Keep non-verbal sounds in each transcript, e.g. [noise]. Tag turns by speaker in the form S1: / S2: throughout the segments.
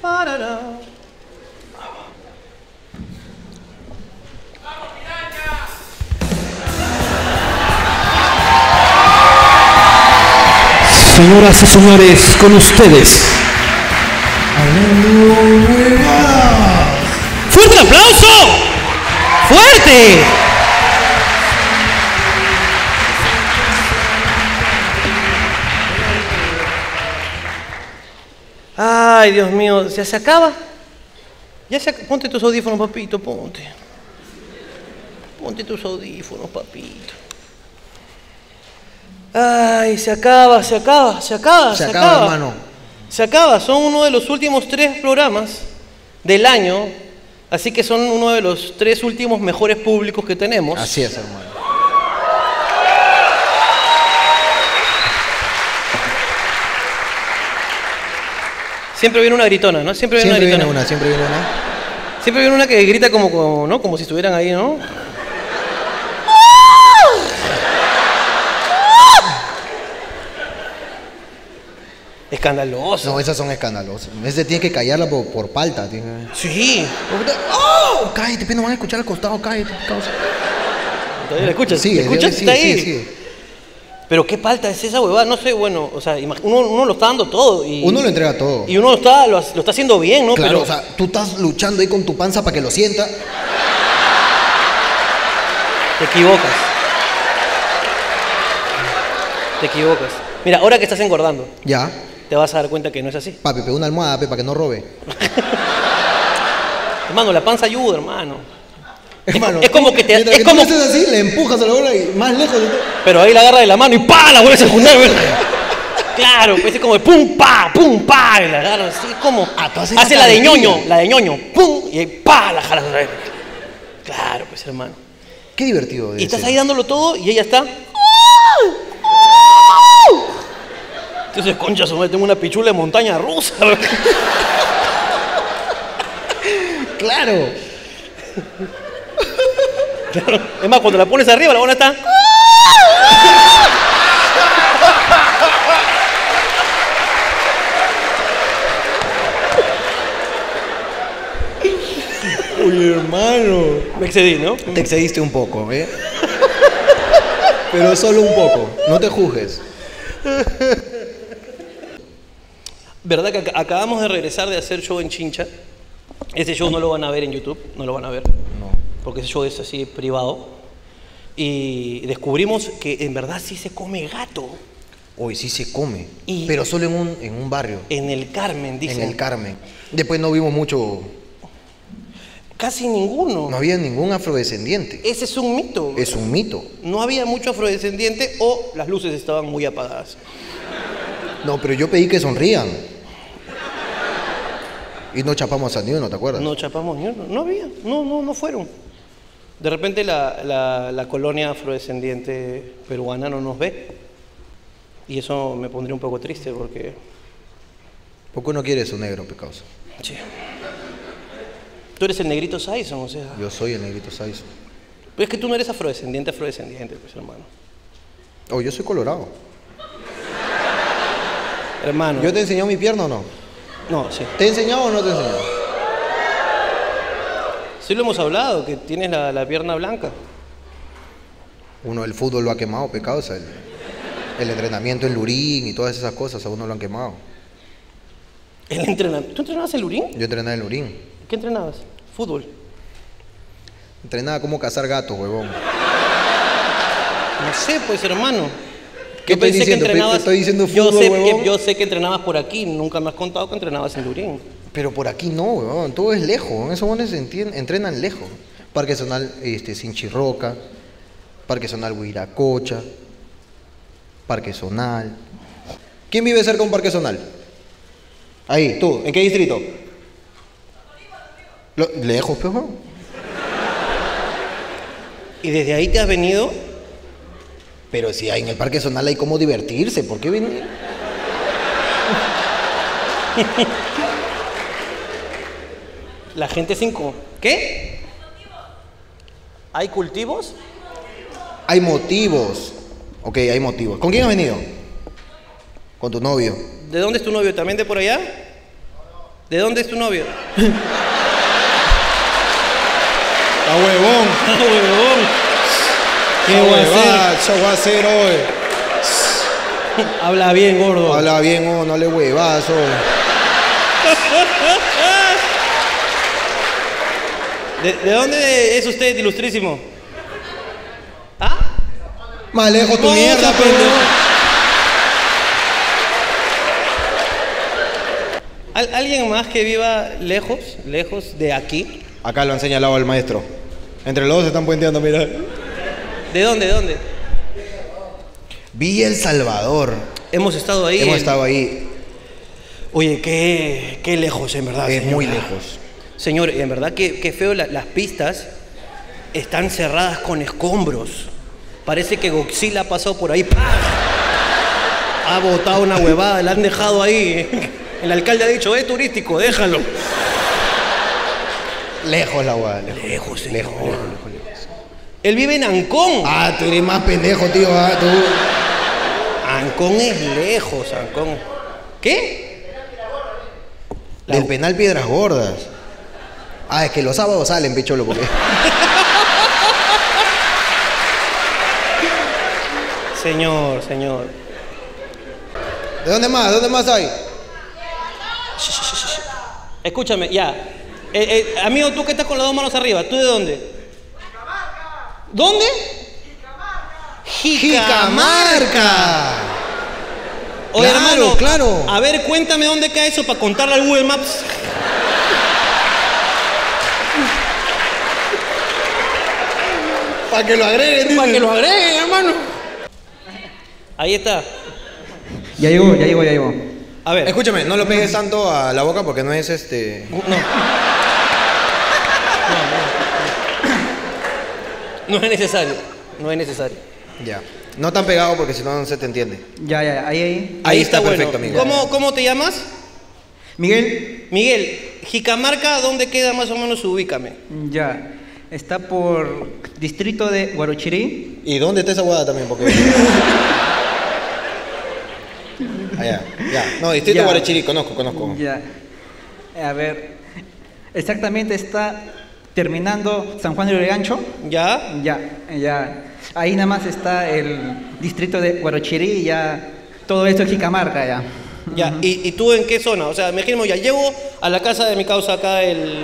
S1: Parará.
S2: Señoras y señores, con ustedes.
S3: ¡Fuerte aplauso! ¡Fuerte!
S1: Ay, Dios mío, ¿ya se acaba? Ya se ac- Ponte tus audífonos, papito, ponte. Ponte tus audífonos, papito. Ay, se acaba, se acaba, se acaba, se,
S4: Se acaba, hermano.
S1: Se acaba, son uno de los últimos tres programas del año, así que son uno de los tres últimos mejores públicos que tenemos.
S4: Así es, hermano.
S1: Siempre viene una gritona, ¿no? Siempre viene una
S4: Siempre viene
S1: gritona.
S4: una, siempre viene una.
S1: Siempre viene una que grita como, como, ¿no? como si estuvieran ahí,
S4: [laughs]
S1: ¿no? Escandaloso.
S4: No, esas son escandalosas. Ese tiene que callarla por, por palta. tiene-
S1: Sí.
S4: ¡Oh! Cállate, pe, no van a escuchar al costado, cállate. causa.
S1: Todavía la escuchas.
S4: Sigue,
S1: ¿La escuchas?
S4: sigue,
S1: Está ahí.
S4: sigue, sigue.
S1: Pero qué palta es esa huevada, no sé, bueno, o sea, imag- uno, uno lo está dando todo. Y,
S4: Uno lo entrega todo.
S1: Y uno lo está, lo, ha- lo está haciendo bien, ¿no?
S4: Claro,
S1: Pero
S4: o sea, tú estás luchando ahí con tu panza para que lo sienta.
S1: te equivocas. Te equivocas. Mira, ahora que estás engordando,
S4: Ya.
S1: te vas a dar cuenta que no es así.
S4: Papi, pe, una almohada, pe, para que no robe.
S1: Hermano, la panza ayuda, hermano.
S4: Hermano,
S1: [laughs] es como que te-
S4: mientras
S1: es como-
S4: tú le haces así, le empujas a la bola y más lejos. de todo.
S1: Pero ahí la agarra de la mano y ¡pa! La vuelves a juntar, güey. Claro, pues es como el pum, pa, pum, pa, y la agarra así, es como.
S4: Ah, tú haces
S1: hace
S4: la
S1: la de
S4: carretilla.
S1: ñoño, la de ñoño, pum, y ahí pa, la jalas otra vez. Claro, pues hermano.
S4: Qué divertido. debe
S1: Y estás
S4: ser.
S1: ahí dándolo todo y ella está. Entonces, concha, su madre, tengo una pichula de montaña rusa. [laughs] güey.
S4: Claro.
S1: Es más, cuando la pones arriba, la buena está.
S4: Uy, hermano.
S1: Me excedí, ¿no?
S4: Te excediste un poco,
S1: [laughs]
S4: ¿eh? Pero solo un poco. No te juzgues.
S1: ¿Verdad que ac- acabamos de regresar de hacer show en Chincha? Ese show no lo van a ver en YouTube, no lo van a ver. No. Porque ese show es así privado. Y descubrimos que en verdad sí se come gato
S4: Hoy sí se come.
S1: Y-
S4: Pero solo en un, en un barrio.
S1: en el Carmen, dicen.
S4: En el Carmen. Después no vimos mucho.
S1: Casi ninguno.
S4: No había ningún afrodescendiente.
S1: Ese es un mito.
S4: Es un mito.
S1: No había mucho afrodescendiente o las luces estaban muy apagadas.
S4: No, pero yo pedí que sonrían. Y no chapamos a ni uno, ¿te acuerdas?
S1: No chapamos ni uno. No había. No, no, no fueron. De repente la, la- la colonia afrodescendiente peruana no nos ve. Y eso me pondría un poco triste porque.
S4: ¿Por qué no quieres un negro, pecausa?
S1: che. Tú eres el negrito Sison, o sea.
S4: Yo soy el negrito Saiz.
S1: Pero es que tú no eres afrodescendiente, afrodescendiente, pues hermano.
S4: Oh, yo soy colorado.
S1: Hermano.
S4: ¿Yo te he enseñado mi pierna o no?
S1: No, sí.
S4: ¿Te he enseñado o no te he enseñado?
S1: Sí lo hemos hablado, que tienes la, la pierna blanca.
S4: Uno el fútbol lo ha quemado, pecado. o sea, el, el entrenamiento en Lurín y todas esas cosas, a uno lo han quemado.
S1: El entrenamiento. ¿Tú entrenabas el Lurín?
S4: Yo entrenaba en Lurín.
S1: ¿Qué entrenabas? Fútbol.
S4: Entrenaba como cazar gatos, huevón.
S1: No sé, pues hermano.
S4: ¿Qué
S1: yo
S4: estoy
S1: pensé
S4: diciendo?
S1: que
S4: Pe-
S1: entrenabas.
S4: estoy diciendo
S1: yo,
S4: fútbol,
S1: sé
S4: huevón.
S1: que, yo sé que entrenabas por aquí. Nunca me has contado que entrenabas en Lurín.
S4: Pero por aquí no, huevón. Todo es lejos. huevón. Esos huevones entien- entrenan lejos. Parque Zonal este, Sinchirroca, Parque Zonal Huiracocha, Parque Zonal. ¿Quién vive cerca de un Parque Zonal? Ahí, tú. ¿En qué distrito? Lo- lejos, pues, huevón.
S1: Y desde ahí te has venido.
S4: Pero si hay en el Parque Zonal hay cómo divertirse, ¿por qué venir?
S1: La gente 5. ¿Qué? ¿Hay cultivos?
S4: Hay motivos. Ok, hay motivos. ¿Con quién has venido? Con tu novio.
S1: ¿De dónde es tu novio? ¿También de por allá? ¿De dónde es tu novio? [laughs]
S4: Está huevón.
S1: ¡Ah, huevón! ¿Qué
S4: Esa
S1: voy a
S4: huevada,
S1: hacer?
S4: esa voy a hacer hoy.
S1: Habla bien, gordo.
S4: Habla bien, oh, no le huevazo.
S1: ¿De, de dónde es usted, ilustrísimo? ¿Ah?
S4: Más lejos tu
S1: Puta,
S4: mierda, pendejo.
S1: ¿Al- ¿Alguien más que viva lejos, lejos de aquí?
S4: Acá lo han señalado al maestro. Entre los dos se están puenteando, mira.
S1: ¿De dónde, de dónde?
S4: Villa El Salvador.
S1: Hemos estado ahí.
S4: Hemos
S1: en-
S4: estado ahí.
S1: Oye, qué, qué lejos, en verdad.
S4: Es
S1: señor.
S4: muy lejos.
S1: Señor, en verdad que, que feo, la- las pistas están cerradas con escombros. Parece que Godzilla ha pasado por ahí. ¡pah! Ha botado una huevada, la han dejado ahí. El alcalde ha dicho, es turístico, déjalo.
S4: Lejos la hueá, lejos.
S1: Lejos, señor. Él vive en Ancón.
S4: Ah, tú eres más pendejo, tío. Ah, tú.
S1: Ancón es lejos, Ancón. ¿Qué?
S4: Del penal Piedras Gordas. Ah, es que los sábados salen, picholo, porque.
S1: Señor, señor.
S4: ¿De dónde más? ¿De dónde más hay?
S1: Shh, shh, shh, shh. Escúchame, ya. Eh, eh, amigo, tú que estás con las dos manos arriba, ¿tú de dónde? ¿Dónde?
S4: ¡Jicamarca!
S1: Oye,
S4: Claro,
S1: hermano,
S4: claro.
S1: A ver, cuéntame dónde cae eso para contarle al Google Maps.
S4: Para que lo agreguen, dice.
S1: que lo agreguen, hermano. Ahí está.
S5: Ya llegó, ya llegó, ya llegó.
S1: A ver.
S4: Escúchame, no lo pegues tanto a la boca porque no es este.
S1: No. No, no. No es necesario. No es necesario.
S4: Ya. No tan pegado porque si no, no se te entiende.
S5: Ya, ya, ahí, ahí.
S4: Ahí está
S1: bueno.
S4: perfecto, amigo.
S1: ¿Cómo, ¿Cómo te llamas?
S5: Miguel,
S1: Miguel, Jicamarca, ¿dónde queda más o menos? Ubícame.
S5: ya. Está por distrito de Guarochirí.
S4: ¿Y dónde está esa guada también? [laughs] Porque. Allá, ya. No, distrito
S5: Ya.
S4: Guarachirí, conozco, conozco.
S5: Ya. A ver. Exactamente está terminando San Juan de Lurigancho.
S1: ¿Ya?
S5: Ya, ya. Ahí nada más está el distrito de Guarochirí y ya todo esto es Jicamarca ya.
S1: Ya. ¿Y, y tú en qué zona? O sea, me imagino, ya llevo a la casa de mi causa acá el,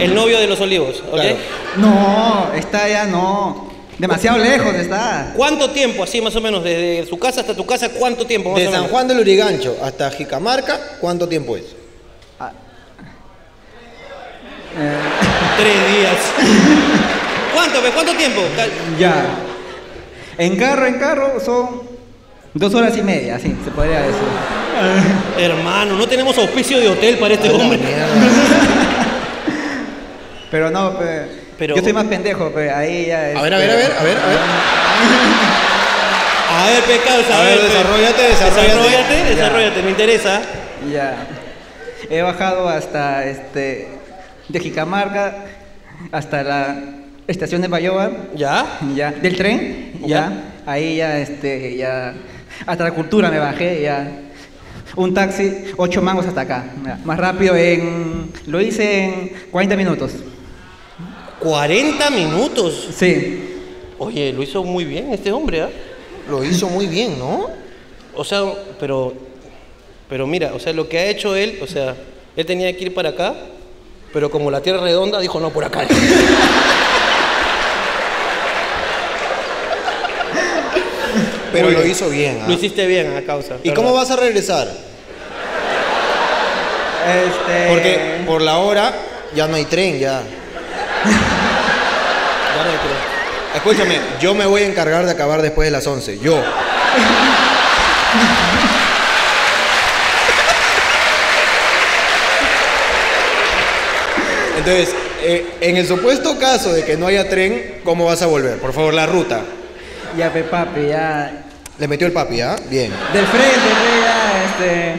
S1: el novio de los olivos, ¿ok?
S4: Claro.
S5: No, está ya no. Demasiado lejos está.
S1: ¿Cuánto tiempo, así más o menos, desde su casa hasta tu casa, cuánto tiempo más
S4: De
S1: o
S4: San
S1: menos?
S4: Juan del Urigancho hasta Jicamarca, ¿cuánto tiempo es?
S1: Tres días. ¿Cuánto, pues? ¿Cuánto tiempo? Cal-
S5: Ya. En carro, en carro son dos horas y media, sí, se podría decir.
S1: Hermano, no tenemos auspicio de hotel para este hombre.
S5: Pero no, pe-
S1: Pero-
S5: yo soy más pendejo, pero ahí ya.
S4: A ver, a
S5: este,
S4: ver, a ver, a ver, a ver.
S1: A ver, pe, causa,
S4: A ver,
S1: pe.
S4: desarróllate, desarróllate.
S1: Desarróllate,
S4: Ya.
S1: desarróllate, me interesa.
S5: Ya. He bajado hasta este de Jicamarca hasta la estación de Bayoba,
S1: ¿Ya?
S5: ya del tren, ya. Ahí ya este ya hasta la cultura me bajé, ya. Un taxi, ocho mangos hasta acá. ya. Más rápido en lo hice en 40 minutos.
S1: 40 minutos.
S5: Sí.
S1: Oye, lo hizo muy bien este hombre, ¿ah?
S4: Lo hizo muy bien, ¿no?
S1: O sea, pero, pero mira, o sea, lo que ha hecho él, o sea, él tenía que ir para acá, pero como la tierra es redonda, dijo no por
S4: [laughs]
S1: acá.
S4: Ah. Pero
S1: Muy
S4: lo
S1: bien.
S4: hizo bien. ¿ah?
S1: Lo hiciste bien a causa.
S4: ¿Y
S1: ¿verdad?
S4: cómo vas a regresar?
S5: Este
S4: Porque por la hora ya no hay tren, ya.
S1: Ya no creo.
S4: Escúchame, yo me voy a encargar de acabar después de las 11. Yo. Entonces, eh, en el supuesto caso de que no haya tren, ¿cómo vas a volver? Por favor, la ruta.
S5: ya pe papi, ya
S4: Le metió el papi, ¿ah? Bien.
S5: del frente, pe, ya este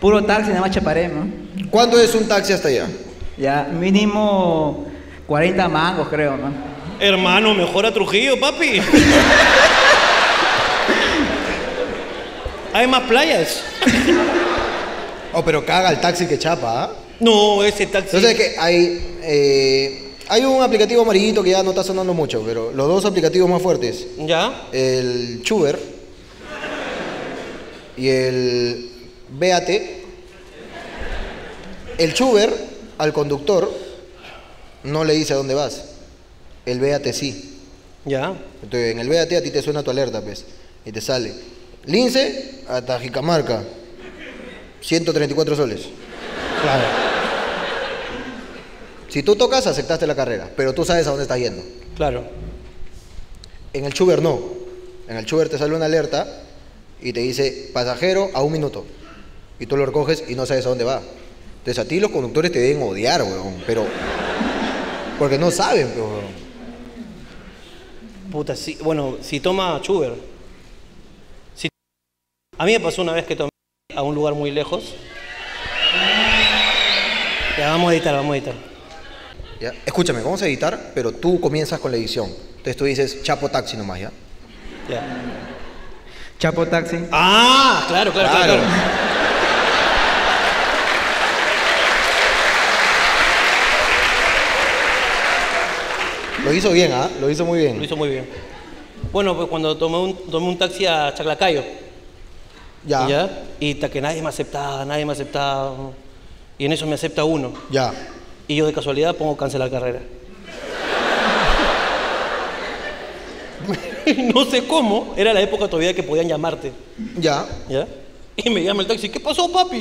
S5: puro taxi nada más chaparé, ¿no?
S4: ¿Cuánto es un taxi hasta allá?
S5: Ya, mínimo 40 mangos, creo, ¿no?
S1: Hermano, mejor a Trujillo,
S4: [laughs]
S1: papi. Hay más playas.
S4: Oh, pero caga el taxi que chapa, ¿ah?
S1: No, ese taxi.
S4: Entonces que hay, eh, hay un aplicativo amarillito que ya no está sonando mucho, pero los dos aplicativos más fuertes,
S1: ¿Ya?
S4: el Chuber y el BAT, el Chuber al conductor no le dice a dónde vas, el BAT sí.
S1: ¿Ya?
S4: Entonces, en el BAT a ti te suena tu alerta, pues, y te sale. Lince a Tajicamarca, 134 soles. Claro. Si tú tocas, aceptaste la carrera, pero tú sabes a dónde estás yendo.
S1: Claro.
S4: En el Chuber no. En el Chuber te sale una alerta y te dice pasajero a un minuto. Y tú lo recoges y no sabes a dónde va. Entonces a ti los conductores te deben odiar, weón. Pero. Porque no saben, pues, weón.
S1: Puta, sí. Bueno, si toma Chuber. Si- A mí me pasó una vez que tomé a un lugar muy lejos. Ya, vamos a editar, vamos a editar.
S4: ¿Ya? Escúchame, vamos a editar, pero tú comienzas con la edición. Entonces tú dices chapo taxi nomás, ¿ya?
S1: Ya.
S5: Chapo Taxi.
S1: Ah, claro, claro, claro.
S4: Claro.
S1: claro.
S4: Lo hizo bien, ¿ah? Lo hizo muy
S1: Lo
S4: bien.
S1: hizo muy bien. Bueno, pues cuando tomé un, tomé un taxi a Chaclacayo.
S4: Ya. Ya.
S1: ¿Ya? Y hasta que nadie me aceptaba, nadie me aceptaba. Y en eso me acepta uno. Y yo de casualidad pongo cancelar carrera. [laughs] no sé cómo, era la época todavía que podían llamarte,
S4: Ya.
S1: ¿ya? Y me llama el taxi, ¿qué pasó, papi?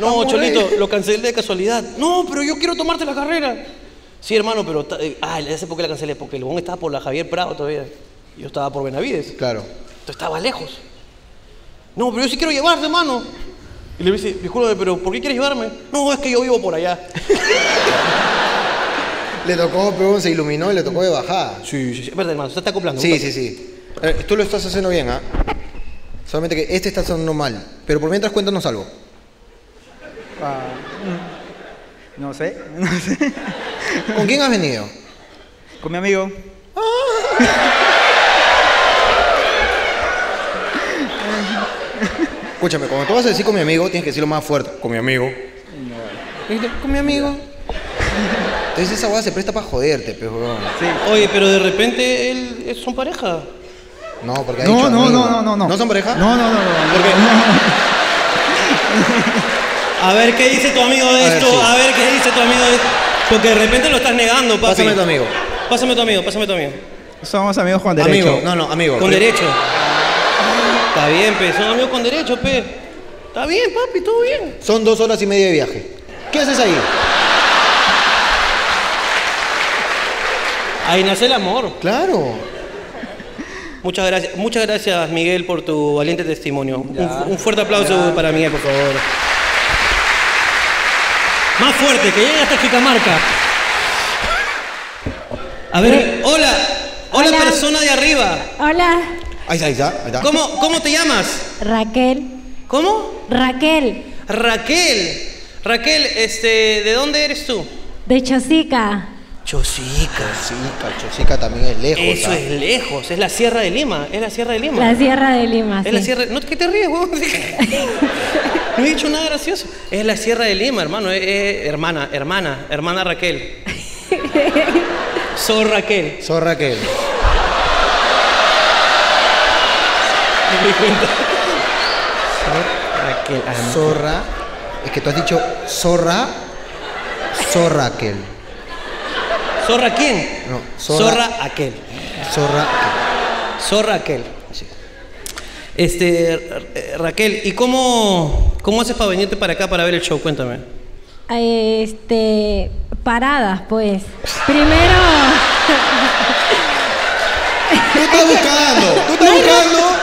S1: no,
S4: Amor,
S1: Cholito,
S4: eh.
S1: lo cancelé de casualidad. No, pero yo quiero tomarte la carrera. Sí, hermano, pero... ta- eh, Ah, ese por qué la cancelé, porque el huevón estaba por la Javier Prado todavía. Yo estaba por Benavides.
S4: Claro.
S1: Entonces estaba lejos. No, pero yo sí quiero llevarte, hermano. Y le dice, discúlpame, pero ¿por qué quieres llevarme? No, es que yo vivo por allá.
S4: Le tocó, pero se iluminó y le tocó de bajada.
S1: Sí, sí, sí. Espérate, hermano, se está acoplando.
S4: Sí, sí, sí. A ver, tú lo estás haciendo bien, ¿ah? Solamente que este está sonando mal. Pero por mientras cuéntanos algo.
S5: Ah, mm. no sé, [laughs] no sé.
S4: ¿Con quién has venido?
S5: Con mi amigo.
S4: Escúchame, cuando tú vas a decir con mi amigo, tienes que decirlo más fuerte. Con mi amigo. ¿Viste? Con mi amigo. Entonces esa weá se presta para joderte, pues, weón.
S1: Oye, pero de repente él, es- son pareja.
S4: No, porque ha
S5: No,
S4: dicho
S5: no,
S4: amigo.
S5: no, no, no, no.
S4: ¿No son pareja?
S5: No, no, no, no.
S4: ¿Por qué?
S1: A ver qué dice tu amigo de
S4: A ver,
S1: esto,
S4: sí.
S1: a ver qué dice tu amigo de esto. Porque de repente lo estás negando, papi.
S4: Pásame a tu amigo.
S1: Pásame a tu amigo, pásame a tu amigo.
S5: [laughs] Somos amigos con derecho.
S4: Amigo, no, no, amigo.
S1: Con derecho. Está bien, pe. Son amigos con derecho, pe. Está bien, papi, todo bien.
S4: Son dos horas y media de viaje. ¿Qué haces ahí?
S1: Ahí nace el amor.
S4: Claro.
S1: Muchas gracias, muchas gracias Miguel por tu valiente testimonio. Un, fu- un fuerte aplauso para Miguel, por favor. Más fuerte, que llegue hasta Chicamarca. A ver, hola, hola,
S6: Hola.
S1: persona de arriba.
S6: Hola,
S4: Ahí está, ahí está. Ahí está.
S1: ¿Cómo, ¿Cómo te llamas?
S6: Raquel.
S1: ¿Cómo?
S6: Raquel,
S1: Raquel. Raquel, este, ¿de dónde eres tú?
S6: de Chosica.
S1: Chosica.
S4: Chosica, Chosica también es lejos.
S1: Eso
S4: ¿ah?
S1: es lejos, es la Sierra de Lima, es la Sierra de Lima.
S6: La Sierra de Lima.
S1: Es la
S6: sí.
S1: Sierra. No, ¿qué te ríes, huevón? [laughs] No he dicho nada gracioso. Es la Sierra de Lima, hermano. Es- es- hermana, hermana, hermana
S6: [laughs]
S1: Raquel. Soy Raquel.
S4: Soy Raquel.
S1: Me di cuenta.
S4: Raquel. Zorra. Es que tú has dicho zorra. Zorraquel.
S1: ¿Zorra quién?
S4: No, zorra-
S1: Zorra aquel.
S4: Zorra.
S1: Zorra aquel.
S4: Sí.
S1: Este, Ra- eh, Raquel, ¿y cómo, cómo haces para venirte para acá para ver el show? Cuéntame.
S6: Ah, Este, paradas, pues. Primero,
S4: Tú estás buscando. Tú estás buscando.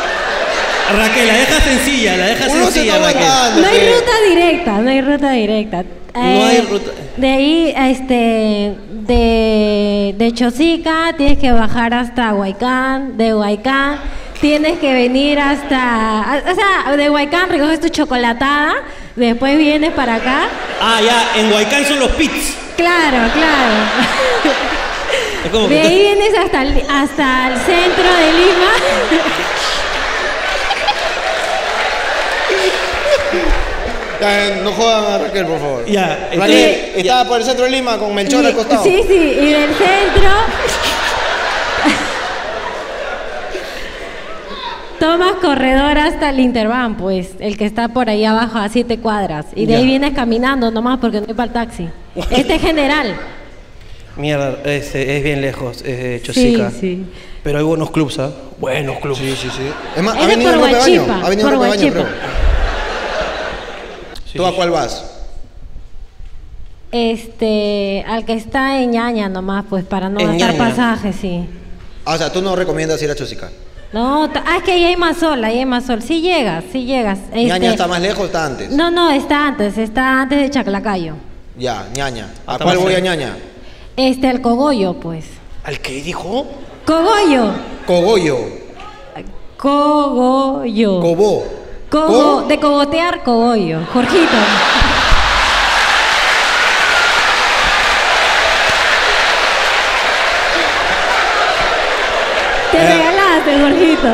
S1: Raquel, la dejas sencilla, la dejas
S4: Uno se
S1: sencilla,
S4: está
S1: Raquel.
S4: aguantando.
S6: no hay
S4: pe.
S6: ruta directa, no hay ruta directa. Eh,
S1: No hay ruta-
S6: De ahí, este, de, de Chosica tienes que bajar hasta Huaycán, de Huaycán tienes que venir hasta, o sea, de Huaycán recoges tu chocolatada, después vienes para acá.
S1: Ah, ya, en Huaycán son los pits.
S6: Claro, claro. [laughs]
S1: Es como
S6: De
S1: que tú-
S6: ahí vienes hasta el, hasta el centro de Lima.
S4: Caen, eh, No jodan a Raquel, por favor.
S1: Ya,
S4: Raquel,
S1: entonces-
S4: estaba por el centro de Lima con Melchor
S6: Y-
S4: al costado.
S6: Sí, sí, y del centro. Tomas corredor hasta el Interban, pues, el que está por ahí abajo a siete cuadras. Y de ahí
S1: Ya.
S6: vienes caminando nomás porque no hay para el taxi. Este es general.
S1: Mierda, este, es bien lejos, eh, Chosica.
S6: Sí, sí.
S1: Pero hay buenos clubs, ¿ah? Buenos clubs.
S4: sí, sí, sí. Es más,
S6: Ese
S4: ha venido
S6: por
S4: Roque Baño.
S6: Huachipa,
S4: Ha venido
S6: por
S4: Roque Baño, creo.
S6: Huachipa.
S4: ¿Tú a cuál vas?
S6: Este, al que está en ñaña nomás, pues, para no
S1: En
S6: gastar
S1: Ñaña.
S6: pasajes, sí.
S4: Ah, o sea, tú no recomiendas ir a Chosica.
S6: No, ta- ah, es que ahí hay más sol, ahí hay más sol. Sí llegas, sí llegas. Este,
S4: Ñaña está más lejos, está antes.
S6: No, no, está antes, está antes de Chaclacayo.
S4: Ya, Ñaña. ¿A
S1: Hasta
S4: cuál
S1: más
S4: voy a
S1: lejos.
S4: Ñaña?
S6: Este, el cogollo, pues.
S1: ¿Al qué dijo?
S6: Cogollo.
S4: Cogollo.
S6: Cogollo.
S4: Cobó.
S6: Cogo-
S4: Co-
S6: de cogotear, cogollo. Jorgito. Te regalaste, Jorgito.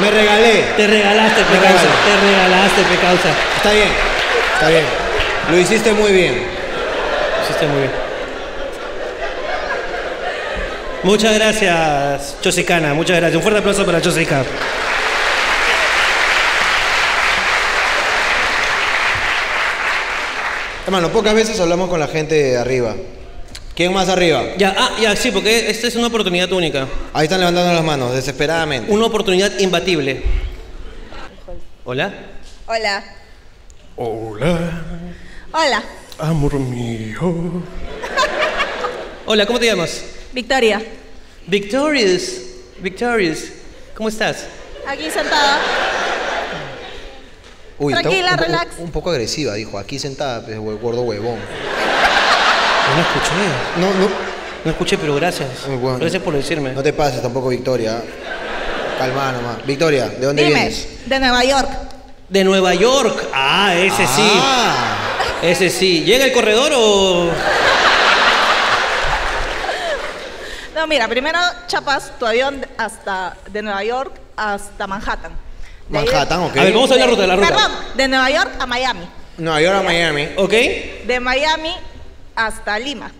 S4: Me regalé.
S3: Te regalaste,
S4: Me
S3: pecausa.
S4: regalo.
S3: Te regalaste, pecausa.
S4: Está bien. Está bien. Lo hiciste muy bien.
S1: Hiciste muy bien. Muchas gracias, Chosicana. Muchas gracias. Un fuerte aplauso para Chosica.
S4: Hermano, pocas veces hablamos con la gente de arriba. ¿Quién más arriba?
S1: Ya, ah, ya, sí, porque esta es una oportunidad única.
S4: Ahí están levantando las manos, desesperadamente.
S1: Una oportunidad imbatible. Hola.
S7: Hola.
S8: Hola,
S7: Hola.
S8: amor mío.
S1: Hola, ¿cómo te llamas?
S7: Victoria.
S1: Victorious. Victorious. ¿Cómo estás?
S7: Aquí sentada.
S4: Uy, está un-
S7: Tranquila,
S4: un, poco-
S7: relax.
S4: Un poco agresiva, dijo. Aquí sentada, pues, hue- gordo huevón.
S1: No escuché.
S4: No, no.
S1: No escuché, pero gracias.
S4: Muy bueno.
S1: Gracias por decirme.
S4: No te pases tampoco, Victoria. Calma nomás. Victoria, ¿de dónde
S7: Dime,
S4: vienes?
S7: de Nueva York.
S1: De Nueva York. Ah, ese
S4: Ah,
S1: sí. Ese sí. ¿Llega el corredor o.?
S7: No, mira, primero chapas tu avión hasta de Nueva York hasta Manhattan. De ahí-
S4: Manhattan, ok.
S1: A ver, vamos a ver la ruta, la ruta.
S7: Perdón, de Nueva York a Miami.
S4: Nueva York a Miami.
S1: ¿Ok?
S7: De Miami hasta Lima.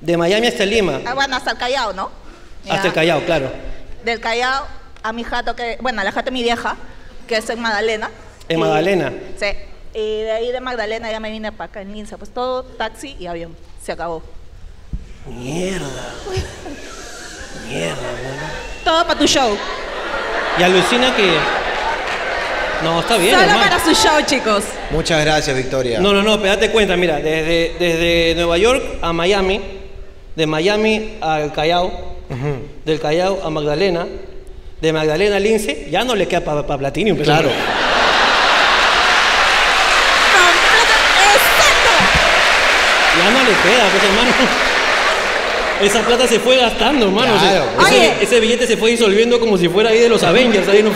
S1: De Miami hasta Lima.
S7: Ah, bueno, hasta el Callao, ¿no? Ya.
S1: Hasta el Callao, claro.
S7: Del Callao a mi jato, que, bueno, a la jato de mi vieja, que es en Magdalena.
S1: En
S7: Y-
S1: Magdalena.
S7: Sí. Y de ahí de Magdalena ya me vine para acá en Linza. Pues todo taxi y avión. Se acabó.
S1: Mierda. Mierda, bueno.
S7: Todo para tu show.
S1: Y alucina que. No, está bien.
S7: Solo
S1: hermano.
S7: para su show, chicos.
S4: Muchas gracias, Victoria.
S1: No, no, no, pero date cuenta, mira, desde, desde Nueva York a Miami, de Miami al Callao, del Callao a Magdalena, de Magdalena a Lince, ya no le queda para Platinum. pues,
S4: Claro.
S1: hombre.
S7: Completa- ¡Exacto!
S1: Ya no le queda, pues hermano. Esa plata se fue gastando, hermano.
S4: Claro,
S1: Se-
S7: pues.
S1: ese,
S7: Oye.
S1: ese billete se fue disolviendo como si fuera ahí de los Avengers. Ahí no,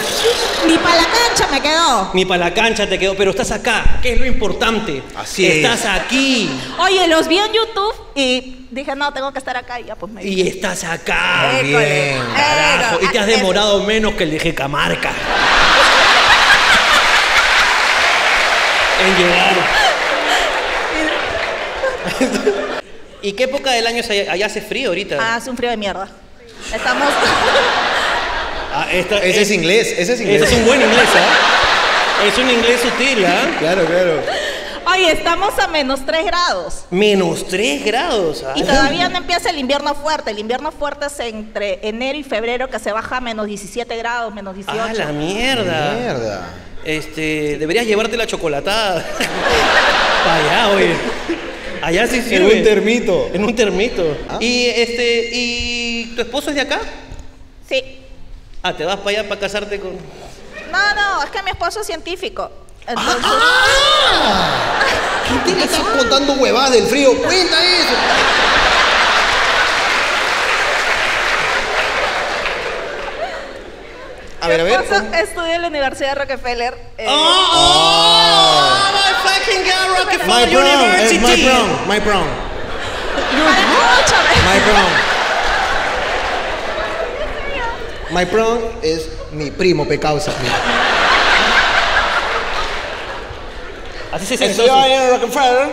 S7: Ni para la cancha me quedó.
S1: ni para la cancha te quedó, pero estás acá, que es lo importante.
S4: Así es.
S1: estás aquí
S7: Oye, los vi en YouTube y dije, no, tengo que estar acá y ya pues me
S1: y estás acá.
S7: École.
S4: bien,
S7: École.
S1: Ah, Carajo, y te has
S7: Eso.
S1: demorado menos que el de [laughs] Jecamarca. en llegar. ¿Y qué época del año es allá? Allá hace frío ahorita.
S7: Ah, hace un frío de mierda. Estamos. [laughs]
S1: Ah, esta-
S4: Ese es inglés, ese es inglés.
S1: Ese es un buen inglés, ¿ah? Es un inglés sutil, ¿ah?
S4: Claro, claro.
S7: Oye, estamos a menos 3 grados.
S1: Menos 3 grados. ¿ah?
S7: Y todavía no empieza el invierno fuerte. El invierno fuerte es entre enero y febrero que se baja a menos 17 grados, menos 18.
S1: Ah, la mierda.
S4: Mierda.
S1: Este, deberías llevarte la chocolatada. [laughs] Para allá, oye. Allá sí sirve.
S4: un termito.
S1: En un termito.
S4: Ah.
S1: Y este, ¿y tu esposo es de acá?
S7: Sí.
S1: Ah, te vas para allá para casarte con.
S7: No, no, es que mi esposo es científico.
S1: Ah,
S7: Entonces,
S4: ¿Quién te estás contando huevadas del frío? Cuenta eso. A ver, a
S7: mi
S4: ver.
S7: esposo
S4: ¿cómo?
S7: estudia en la Universidad de Rockefeller. eh,
S1: ¡Oh! ¡My fucking God,
S4: My
S1: Rockefeller
S4: prom, es my
S1: University!
S4: prom, my prom,
S1: [laughs]
S7: Escúchame.
S4: my prom. My prom es mi primo pecausa.
S1: Así se
S4: Estoy
S1: sentó. su-
S4: en Rockefeller.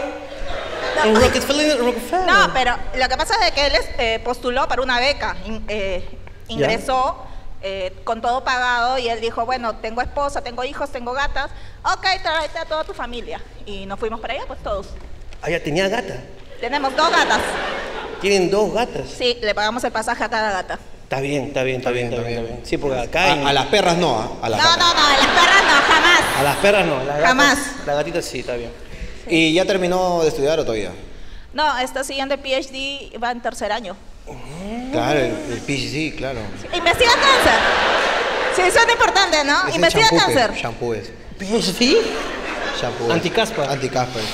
S1: En Oh, Rockefeller, en Rockefeller.
S7: No, pero lo que pasa es que él eh, postuló para una beca, in- eh, ingresó eh, con todo pagado y él dijo, bueno, tengo esposa, tengo hijos, tengo gatas, ok, tráete a toda tu familia. Y nos fuimos para allá, pues todos.
S1: Ah, ya tenía gata.
S7: Tenemos dos gatas.
S1: Tienen dos gatas.
S7: Sí, le pagamos el pasaje a cada gata.
S1: Está bien, está bien, está bien, está bien. está bien. Sí, porque acá en-
S4: A, a las perras no, eh. ¿ah? a las
S7: No,
S4: gatas.
S7: no, no, las perras no, jamás.
S1: a las perras no. Las gatas-
S7: Jamás.
S1: Las gatitas sí, está bien.
S4: ¿Y ya terminó de estudiar o todavía?
S7: No, está siguiendo el PhD, va en tercer año.
S4: Claro, el, el PGC, claro.
S7: Investiga cáncer. Sí, eso es importante, ¿no?
S4: Ese
S7: Ah, Investiga
S4: shampoo que-
S7: cáncer.
S4: Shampoo es.
S1: Pues sí.
S4: Shampoo es.
S1: Anticaspa.
S4: Anticaspa es.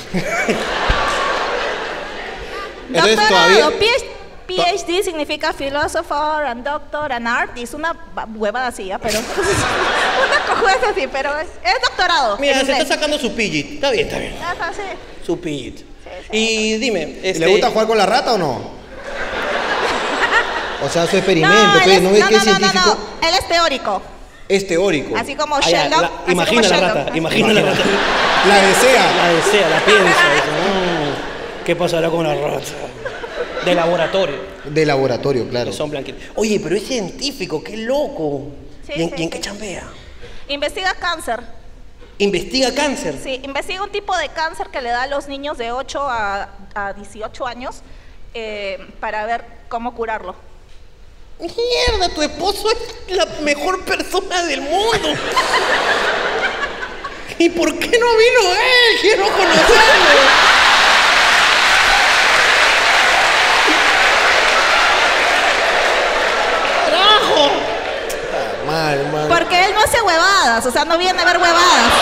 S4: Entonces
S7: Doctorado,
S4: todavía.
S7: PhD, PhD significa philosopher and doctor and artist, una ba- huevada así, ¿ya? pero [laughs] una cojuez así, pero es, es doctorado.
S1: Mira,
S7: en
S1: se está
S7: inglés.
S1: sacando su pidget. Está bien, está bien.
S7: Ajá, sí.
S1: Su pidget. Y dime,
S4: ¿Y
S1: este,
S4: ¿Le gusta jugar con la rata o no? O sea, su experimento,
S7: No, él
S4: pues,
S7: es,
S4: ¿no
S7: no,
S4: ves
S7: no,
S4: que es
S7: no, no,
S4: científico?
S7: él es teórico,
S4: Es teórico.
S7: así como
S1: Ah, ya,
S7: Sheldon.
S1: la-
S7: así
S1: imagina
S7: como
S1: la
S7: Sheldon.
S1: rata, imagina la rata.
S4: La desea.
S1: La desea, la piensa. dice, "Mm, ¿Qué pasará con la rata? De laboratorio.
S4: De laboratorio, claro.
S1: que Son blanquitos. Oye, pero es científico, qué loco.
S7: Sí,
S1: ¿Y en,
S7: sí,
S1: y en qué
S7: sí.
S1: chambea?
S7: Investiga cáncer,
S1: Investiga cáncer.
S7: sí, investiga un tipo de cáncer que le da a los niños de 8 a, a 18 años eh, para ver cómo curarlo.
S1: Mierda, tu esposo es la mejor persona del mundo. [laughs] ¿Y por qué no vino él? Quiero conocerlo. ¡Carajo!
S4: Mal, mal.
S7: Porque él no hace huevadas, o sea, no viene a ver huevadas.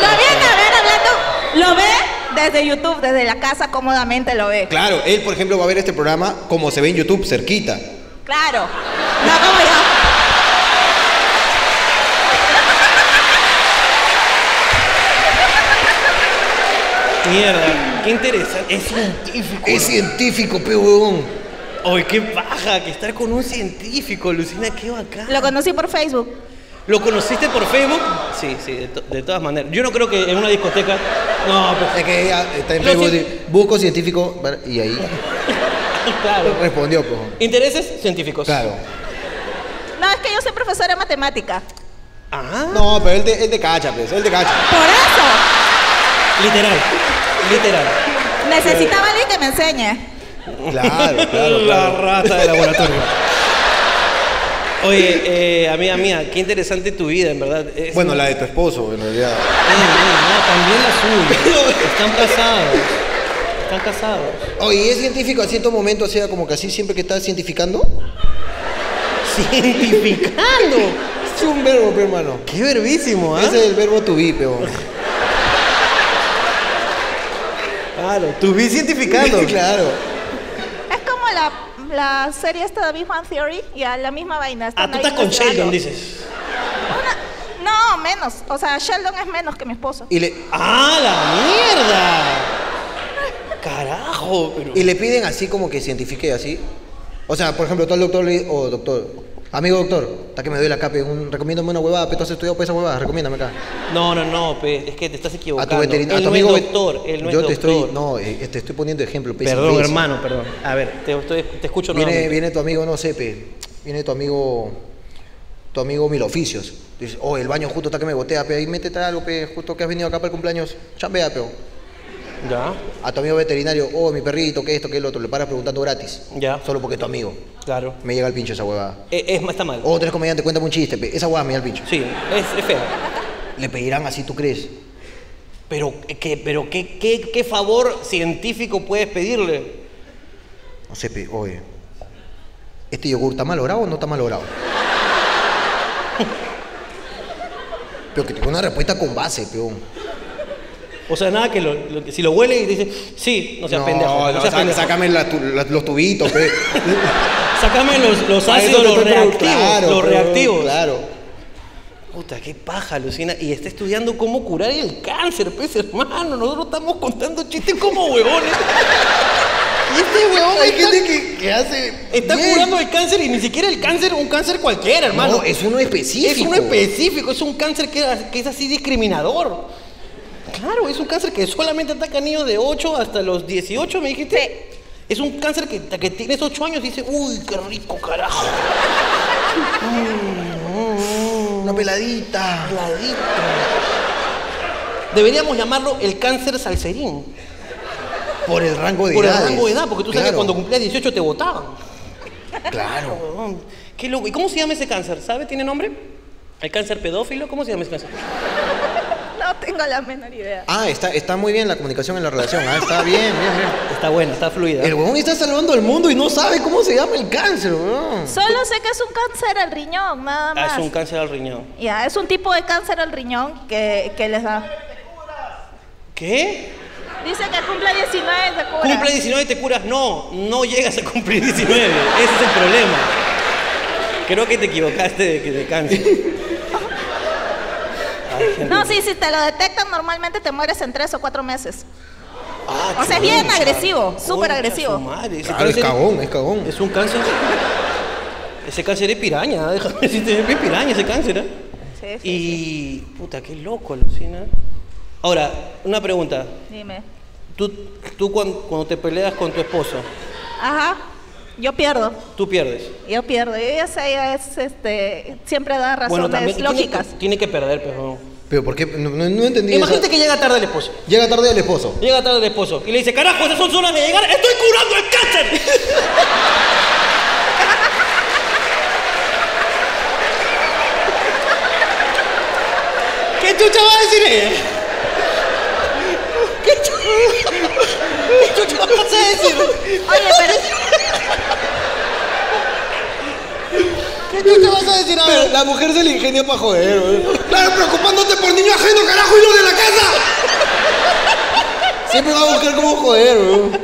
S7: Lo viene a ver hablando, lo ve desde YouTube, desde la casa cómodamente lo ve.
S4: Claro, él, por ejemplo, va a ver este programa como se ve en YouTube, cerquita.
S7: Claro. No como yo.
S1: Mierda, qué interesante. Es científico.
S4: Es científico, pe huevón.
S1: Oye, qué baja que estar con un científico, Lucina, qué bacán.
S7: Lo conocí por Facebook.
S1: ¿Lo conociste por Facebook? Sí, sí, de, to- de todas maneras. Yo no creo que en una discoteca. No, pero.
S4: Es que ella está en
S1: Lo
S4: Facebook,
S1: cien-
S4: dice, busco científico, y ahí
S1: [laughs] Claro.
S4: respondió, pues.
S1: Intereses científicos.
S4: Claro.
S7: No, es que yo soy profesora de matemática.
S1: Ah,
S4: No, pero él te, él te cacha, pues, él te cacha.
S7: Por eso
S1: literal. Literal.
S7: necesitaba alguien que me enseñe.
S1: [laughs]
S4: Claro, claro,
S1: La
S4: claro.
S1: rata de laboratorio. Oye, eh, amiga mía, qué interesante tu vida, en verdad. Es-
S4: Bueno, la de tu esposo, en realidad.
S1: Eh, eh, no, también la [laughs] suya. Están casados. Están casados.
S4: Oye, ¿y ¿es científico a cierto momento, o sea, como que así siempre que está [laughs] cientificando?
S1: Cientificando.
S4: Es un verbo, pe, hermano.
S1: Qué verbísimo, ¿ah?
S4: Ese es el verbo to be, peón.
S1: Claro, tú vi cientificando.
S4: [laughs] claro.
S7: Es como la, la serie esta de Big Bang Theory, ya la misma vaina.
S1: Ah,
S7: están
S1: tú
S7: ahí
S1: estás con
S7: mezclando.
S1: Sheldon, dices.
S7: Una- no, menos. O sea, Sheldon es menos que mi esposo.
S4: Y le,
S1: ¡Ah, la mierda! Carajo, pero.
S4: y le piden así como que cientifique así. O sea, por ejemplo, tú al doctor le o doctor, amigo doctor, está que me doy la capa, un, recomiéndame una huevada, pero tú has estudiado para esa huevada, recomiéndame acá.
S1: No, no, no, pe, es que te estás
S4: A
S1: equivocando.
S4: tu veterinario,
S1: él
S4: a
S1: no
S4: tu amigo
S1: es
S4: vet-
S1: doctor, él no
S4: Yo
S1: es
S4: te
S1: doctor.
S4: estoy, no, eh, te estoy poniendo ejemplo, pe,
S1: Perdón,
S4: imbécil.
S1: hermano, perdón. A ver, te estoy, te escucho
S4: Viene,
S1: nuevamente.
S4: viene tu amigo, no sé, pe, viene tu amigo, tu amigo mil oficios. Dices, oh, el baño justo está que me gotea, pe, ahí métete algo, pe, justo que has venido acá para el cumpleaños, chambea, pe.
S1: Ya,
S4: A tu amigo veterinario, oh, mi perrito, que esto, que el otro, le paras preguntando gratis.
S1: Ya.
S4: Solo porque es tu amigo.
S1: claro.
S4: Me llega el pincho esa huevada.
S1: Eh, es, está mal.
S4: Otro es comediante, cuéntame un chiste, pe. esa huevada me da el pincho.
S1: Sí, es, es feo.
S4: Le pedirán así, ¿tú crees?
S1: Pero, eh, ¿qué, pero qué, qué, qué favor científico puedes pedirle?
S4: No sé, pe, oye. ¿Este yogur está malogrado o no está malogrado? [laughs] Pero que tenga una respuesta con base, peón.
S1: O sea, nada que lo, lo que- si lo huele y dice, sí, no seas pendejo. No, seas
S4: sa-
S1: pendejo.
S4: sácame la tu- la- los tubitos,
S1: [laughs]
S4: pe.
S1: Sácame los, los
S4: A eso
S1: ácidos,
S4: te
S1: los
S4: estoy preguntando.
S1: reactivos. los
S4: pe,
S1: reactivos.
S4: Claro.
S1: Puta, qué paja, Lucina. Y está estudiando cómo curar el cáncer, pues, hermano. Nosotros estamos contando chistes como huevones.
S4: Este huevón hay gente que, que hace.
S1: Está
S4: bien.
S1: curando el cáncer y ni siquiera el cáncer, un cáncer cualquiera, hermano.
S4: No, es uno específico.
S1: Es uno específico, es un cáncer que, que es así discriminador. Claro, es un cáncer que solamente ataca a niños de 8 hasta los 18, me dijiste. Es un cáncer que, que tienes 8 años y dices, uy, qué rico, carajo.
S4: Una peladita.
S1: Ladito. Deberíamos llamarlo el cáncer salserín.
S4: Por el rango de
S1: Por el
S4: edad.
S1: rango de edad, porque tú sabes que
S4: Claro,
S1: cuando cumplías 18 te votaban.
S4: Claro.
S1: Huevón, [laughs] Qué loco. ¿Y cómo se llama ese cáncer? ¿Sabe? ¿Tiene nombre? ¿El cáncer pedófilo? ¿Cómo se llama ese cáncer?
S7: No tengo la menor idea.
S4: Ah, está, está muy bien la comunicación en la relación. Ah, está bien, bien,
S1: [laughs]
S4: bien.
S1: Está bueno, está fluida.
S4: El huevón está salvando al mundo y no sabe cómo se llama el cáncer, huevón.
S7: Solo sé que es un cáncer al riñón, nada
S1: Ah,
S7: más.
S1: es un cáncer al riñón.
S7: Ya, es un tipo de cáncer al riñón que, que les da.
S1: ¿Qué?
S7: Dice que cumple 19 de cura.
S1: Cumple 19 y te curas. No, no llegas a cumplir 19. Ese es el problema. Creo que te equivocaste de, de
S4: [laughs]
S1: cáncer.
S7: No, sí, si te lo detectan normalmente te mueres en 3 o 4 meses.
S1: Ah,
S7: O sea, es bien
S1: chucha.
S7: agresivo, súper
S1: Concha
S7: agresivo.
S1: su madre, ese
S4: Claro, es
S1: cáncer-
S4: cagón, es cagón.
S1: Es un cáncer. Ese cáncer es piraña, ¿eh? déjame decirte, es piraña ese cáncer, ¿eh?
S7: Sí, sí,
S1: Y. puta, qué loco, Lucina. Ahora, una pregunta.
S7: Dime.
S1: Tú, tú cuan- cuando, te peleas con tu esposo,
S7: Ajá. Yo pierdo,
S1: tú pierdes.
S7: yo pierdo. Y ella, se- ella es, este, siempre da razones
S1: tiene que-
S7: lógicas.
S1: Tiene, que perder, pero.
S4: Pero ¿por qué? No, no- no entendí.
S1: Imagínate
S4: esa-
S1: que llega tarde el esposo.
S4: Llega tarde el esposo.
S1: Llega tarde el esposo y le dice, carajo, esas son zonas de llegar, estoy curando el cáncer. ¿Qué chucha va a decir ella? ¿Qué chucha? ¿Qué chucha vas a decir?
S7: Oye, pero
S1: ¿Qué chucha vas a decir a
S4: Pero
S1: ver?
S4: la mujer se le ingenia para joder, huevón.
S8: Claro, preocupándote por niño ajeno, carajo, y lo de la casa.
S4: Siempre va a buscar cómo joder, huevón.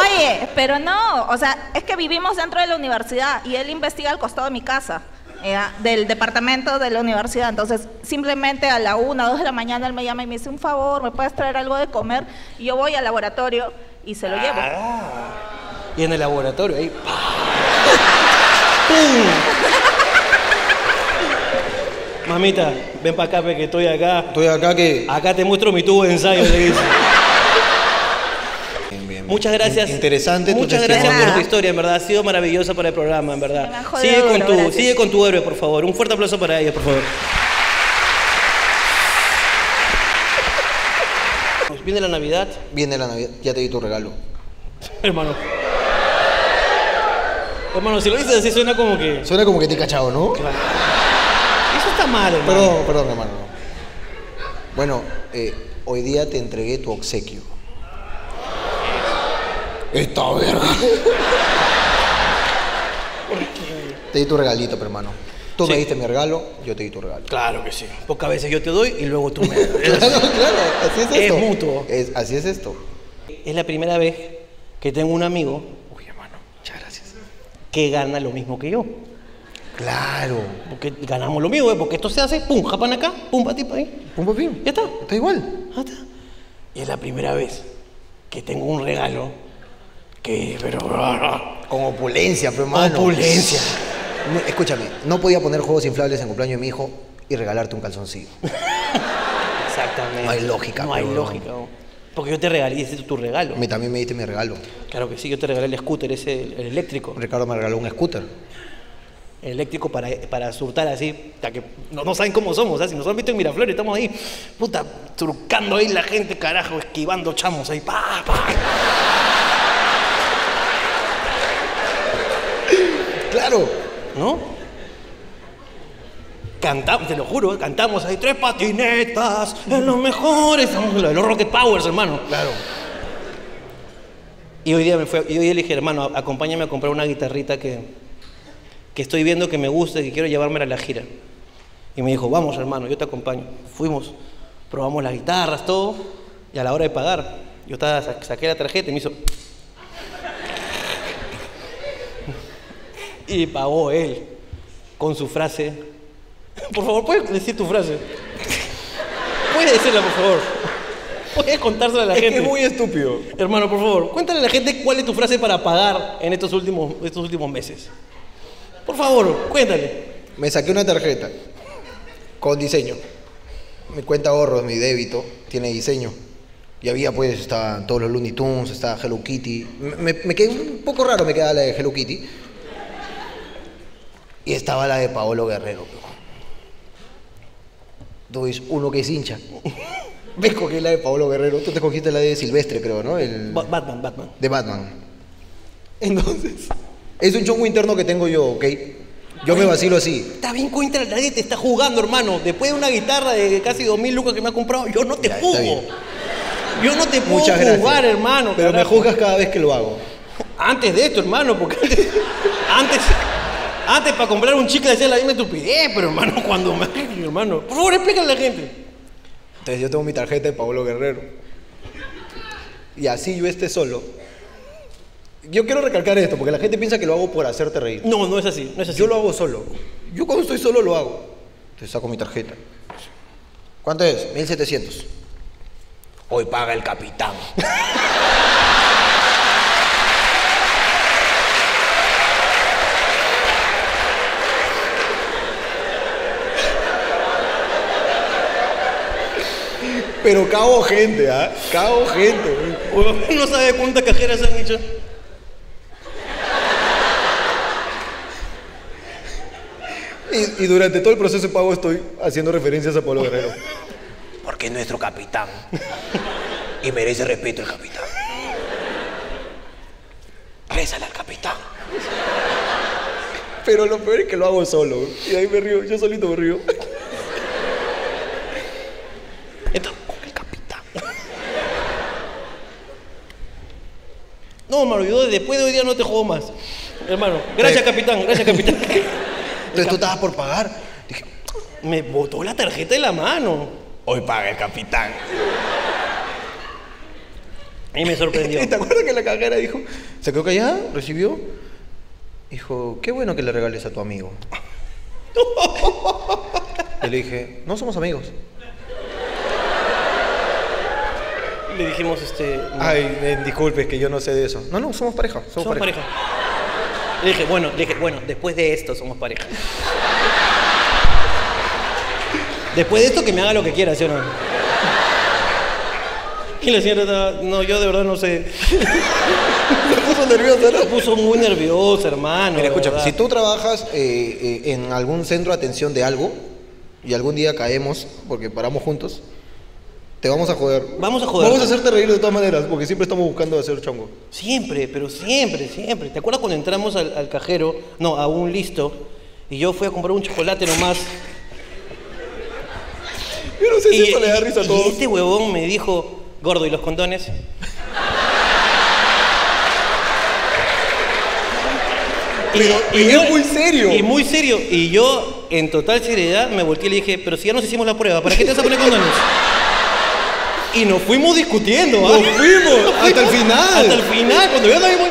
S7: Oye, pero no, o sea, es que vivimos dentro de la universidad y él investiga al costado de mi casa, ya, del departamento de la universidad. Entonces, simplemente a la una, dos de la mañana él me llama y me dice, un favor, ¿me puedes traer algo de comer? Y yo voy al laboratorio y se lo llevo.
S1: Y en el laboratorio, ahí. pa. ¡Pum! Mamita, ven para acá, pe, que estoy acá.
S4: Estoy acá que.
S1: Acá te muestro mi tubo de ensayo, le dice. Muchas gracias.
S4: In- interesante tu
S1: Muchas gracias
S4: testimonio.
S1: por tu historia, en verdad. Ha sido maravillosa para el programa, en
S7: Me
S1: verdad.
S7: han jodido,
S1: Sigue con,
S7: pero
S1: tu,
S7: gracias.
S1: sigue con tu héroe, por favor. Un fuerte aplauso para ella, por favor. Nos [laughs] viene la Navidad,
S4: Viene la Navidad, ya te di tu regalo.
S1: hermano. Hermano, si lo dices así suena como que.
S4: Suena como que te he cachado, ¿no?
S1: Eso está mal, hermano.
S4: Perdón, perdón, hermano. Bueno, eh, hoy día te entregué tu obsequio. Esta verga. Te di tu regalito, pe, hermano. Tú me
S1: Sí.
S4: diste mi regalo, yo te di tu regalo.
S1: Claro que sí. Pocas veces yo te doy y luego tú me [laughs] das.
S4: [laughs] Claro, claro, así es
S1: Es
S4: esto.
S1: mutuo.
S4: Es- así es esto.
S1: Es la primera vez que tengo un amigo. Uy, hermano, muchas gracias. Que gana lo mismo que yo.
S4: Claro.
S1: Porque ganamos lo mismo, ¿eh? porque esto se hace, pum, japan acá, pum, pati, pa' ahí.
S4: Pum, papín.
S1: Ya está.
S4: Está igual.
S1: Ya está. Y es la primera vez que tengo un regalo que, pero, [laughs]
S4: Con opulencia, pero hermano.
S1: Opulencia.
S4: No, escúchame, no podía poner juegos inflables en cumpleaños de mi hijo y regalarte un calzoncillo.
S1: exactamente.
S4: No hay lógica,
S1: No hay
S4: pero-
S1: lógica. ¿no? Porque yo te regalé, ese es tu regalo.
S4: A mí también me diste mi regalo.
S1: Claro que sí, yo te regalé el scooter, ese, el eléctrico.
S4: Ricardo me regaló un scooter.
S1: El eléctrico para, para surtar así, hasta que no, no saben cómo somos, ¿ah? si nos han visto en Miraflores, estamos ahí, puta, trucando ahí la gente, carajo, esquivando chamos ahí, pa, pa.
S4: Claro.
S1: ¿No? Cantamos, te lo juro, ¿eh? cantamos ahí tres patinetas, en los mejores, estamos en lo de los Rocket Powers, hermano.
S4: Claro.
S1: Y hoy día me fue, y hoy día le dije, hermano, a- acompáñame a comprar una guitarrita que, que estoy viendo que me gusta y que quiero llevármela a la gira. Y me dijo, vamos hermano, yo te acompaño. Fuimos, probamos las guitarras, todo, y a la hora de pagar, yo estaba, sa- saqué la tarjeta y me hizo. [laughs] Y pagó él con su frase. [laughs] Por favor, ¿puedes decir tu frase? Puedes decirla, por favor. Puedes contárselo a la
S4: Es que
S1: gente.
S4: es muy estúpido.
S1: Hermano, por favor, cuéntale a la gente cuál es tu frase para pagar en estos últimos, estos últimos meses. Por favor, cuéntale.
S4: Me saqué una tarjeta con diseño. Mi cuenta ahorros, mi débito, tiene diseño. Y había pues, estaban todos los Looney Tunes, estaba Hello Kitty. Me, me- me quedé un poco raro, me quedaba la de Hello Kitty. Y estaba la de Paolo Guerrero. pe. Tú ves uno que es [laughs] hincha. Me escogí la de Paolo Guerrero. Tú te cogiste la de Silvestre, creo, ¿no? El...
S1: Ba- Batman, Batman.
S4: de Batman. Entonces, es un chongo interno que tengo yo, ¿ok? Yo me vacilo así.
S1: Está bien, cuéntale, nadie te está jugando, hermano. Después de una guitarra de casi 2.000 lucas que me ha comprado, yo no te
S4: Ya, está
S1: jugo.
S4: bien.
S1: Yo no te puedo
S4: Muchas
S1: jugar,
S4: gracias.
S1: hermano.
S4: Pero me
S1: carajo.
S4: juzgas cada vez que lo hago.
S1: Antes de esto, hermano, porque antes. antes antes para comprar un chicle decía la misma estupidez, pero hermano, cuando me. Hermano, por favor, explícale a la gente.
S4: Entonces yo tengo mi tarjeta de Pablo Guerrero. Y así yo esté solo. Yo quiero recalcar esto, porque la gente piensa que lo hago por hacerte reír.
S1: No, no es así, no es así.
S4: Yo lo hago solo. Yo cuando estoy solo lo hago. Entonces saco mi tarjeta. ¿Cuánto es? 1700. Hoy paga el capitán. Pero cago gente, ¿ah? Cago gente. güey.
S1: Huevón, No sabe cuántas cajeras han hecho.
S4: Y, y durante todo el proceso de pago estoy haciendo referencias a Pablo Guerrero. Porque es nuestro capitán. Y merece respeto el capitán. Rézale al capitán. Pero lo peor es que lo hago solo. Y de ahí me río, yo solito me río.
S1: Entonces, con el capitán. No, hermano, yo después de hoy día no te juego más. Hermano, gracias,
S4: Sí.
S1: capitán, gracias, capitán.
S4: Entonces tú estabas por pagar. [laughs] Dije,
S1: Me botó la tarjeta de la mano.
S4: hoy paga el capitán.
S1: Y me
S4: [laughs]
S1: sorprendió.
S4: ¿Te acuerdas que la cajera dijo? Se quedó callada, recibió. Dijo, qué bueno que le regales a tu amigo. [laughs] Y le dije, no somos amigos.
S1: Le dijimos, este. no,
S4: Ay, eh, disculpe, es que yo no sé de eso. No, no, somos pareja. Somos,
S1: somos pareja.
S4: pareja.
S1: Le dije, bueno, le dije, bueno, después de esto somos pareja. Después de esto que me haga lo que quiera, ¿sí o no? Y la señora estaba, no, yo de verdad no sé.
S4: [laughs] Se puso nerviosa,
S1: Se puso muy nerviosa, hermano.
S4: Mira,
S1: de
S4: escucha,
S1: verdad.
S4: si tú trabajas eh, eh, en algún centro de atención de algo y algún día caemos porque paramos juntos, te vamos a joder.
S1: Vamos a joder.
S4: Vamos a hacerte reír de todas maneras porque siempre estamos buscando hacer chongo.
S1: Siempre, pero siempre, siempre. ¿Te acuerdas cuando entramos al, al cajero? No, a un listo. Y yo fui a comprar un chocolate nomás.
S4: Yo no sé si
S1: Y,
S4: eso le da risa a
S1: y
S4: todos.
S1: este huevón me dijo, gordo, ¿y los condones?
S4: [laughs] Pero
S1: y
S4: es muy serio.
S1: Y muy serio. Y yo, en total seriedad, me volteé y le dije, pero si ya nos hicimos la prueba, ¿para qué te vas a poner condones? Y nos fuimos discutiendo, ¿ah?
S4: Nos fuimos, hasta el final.
S1: Hasta el final, cuando yo
S4: [laughs]
S1: también voy.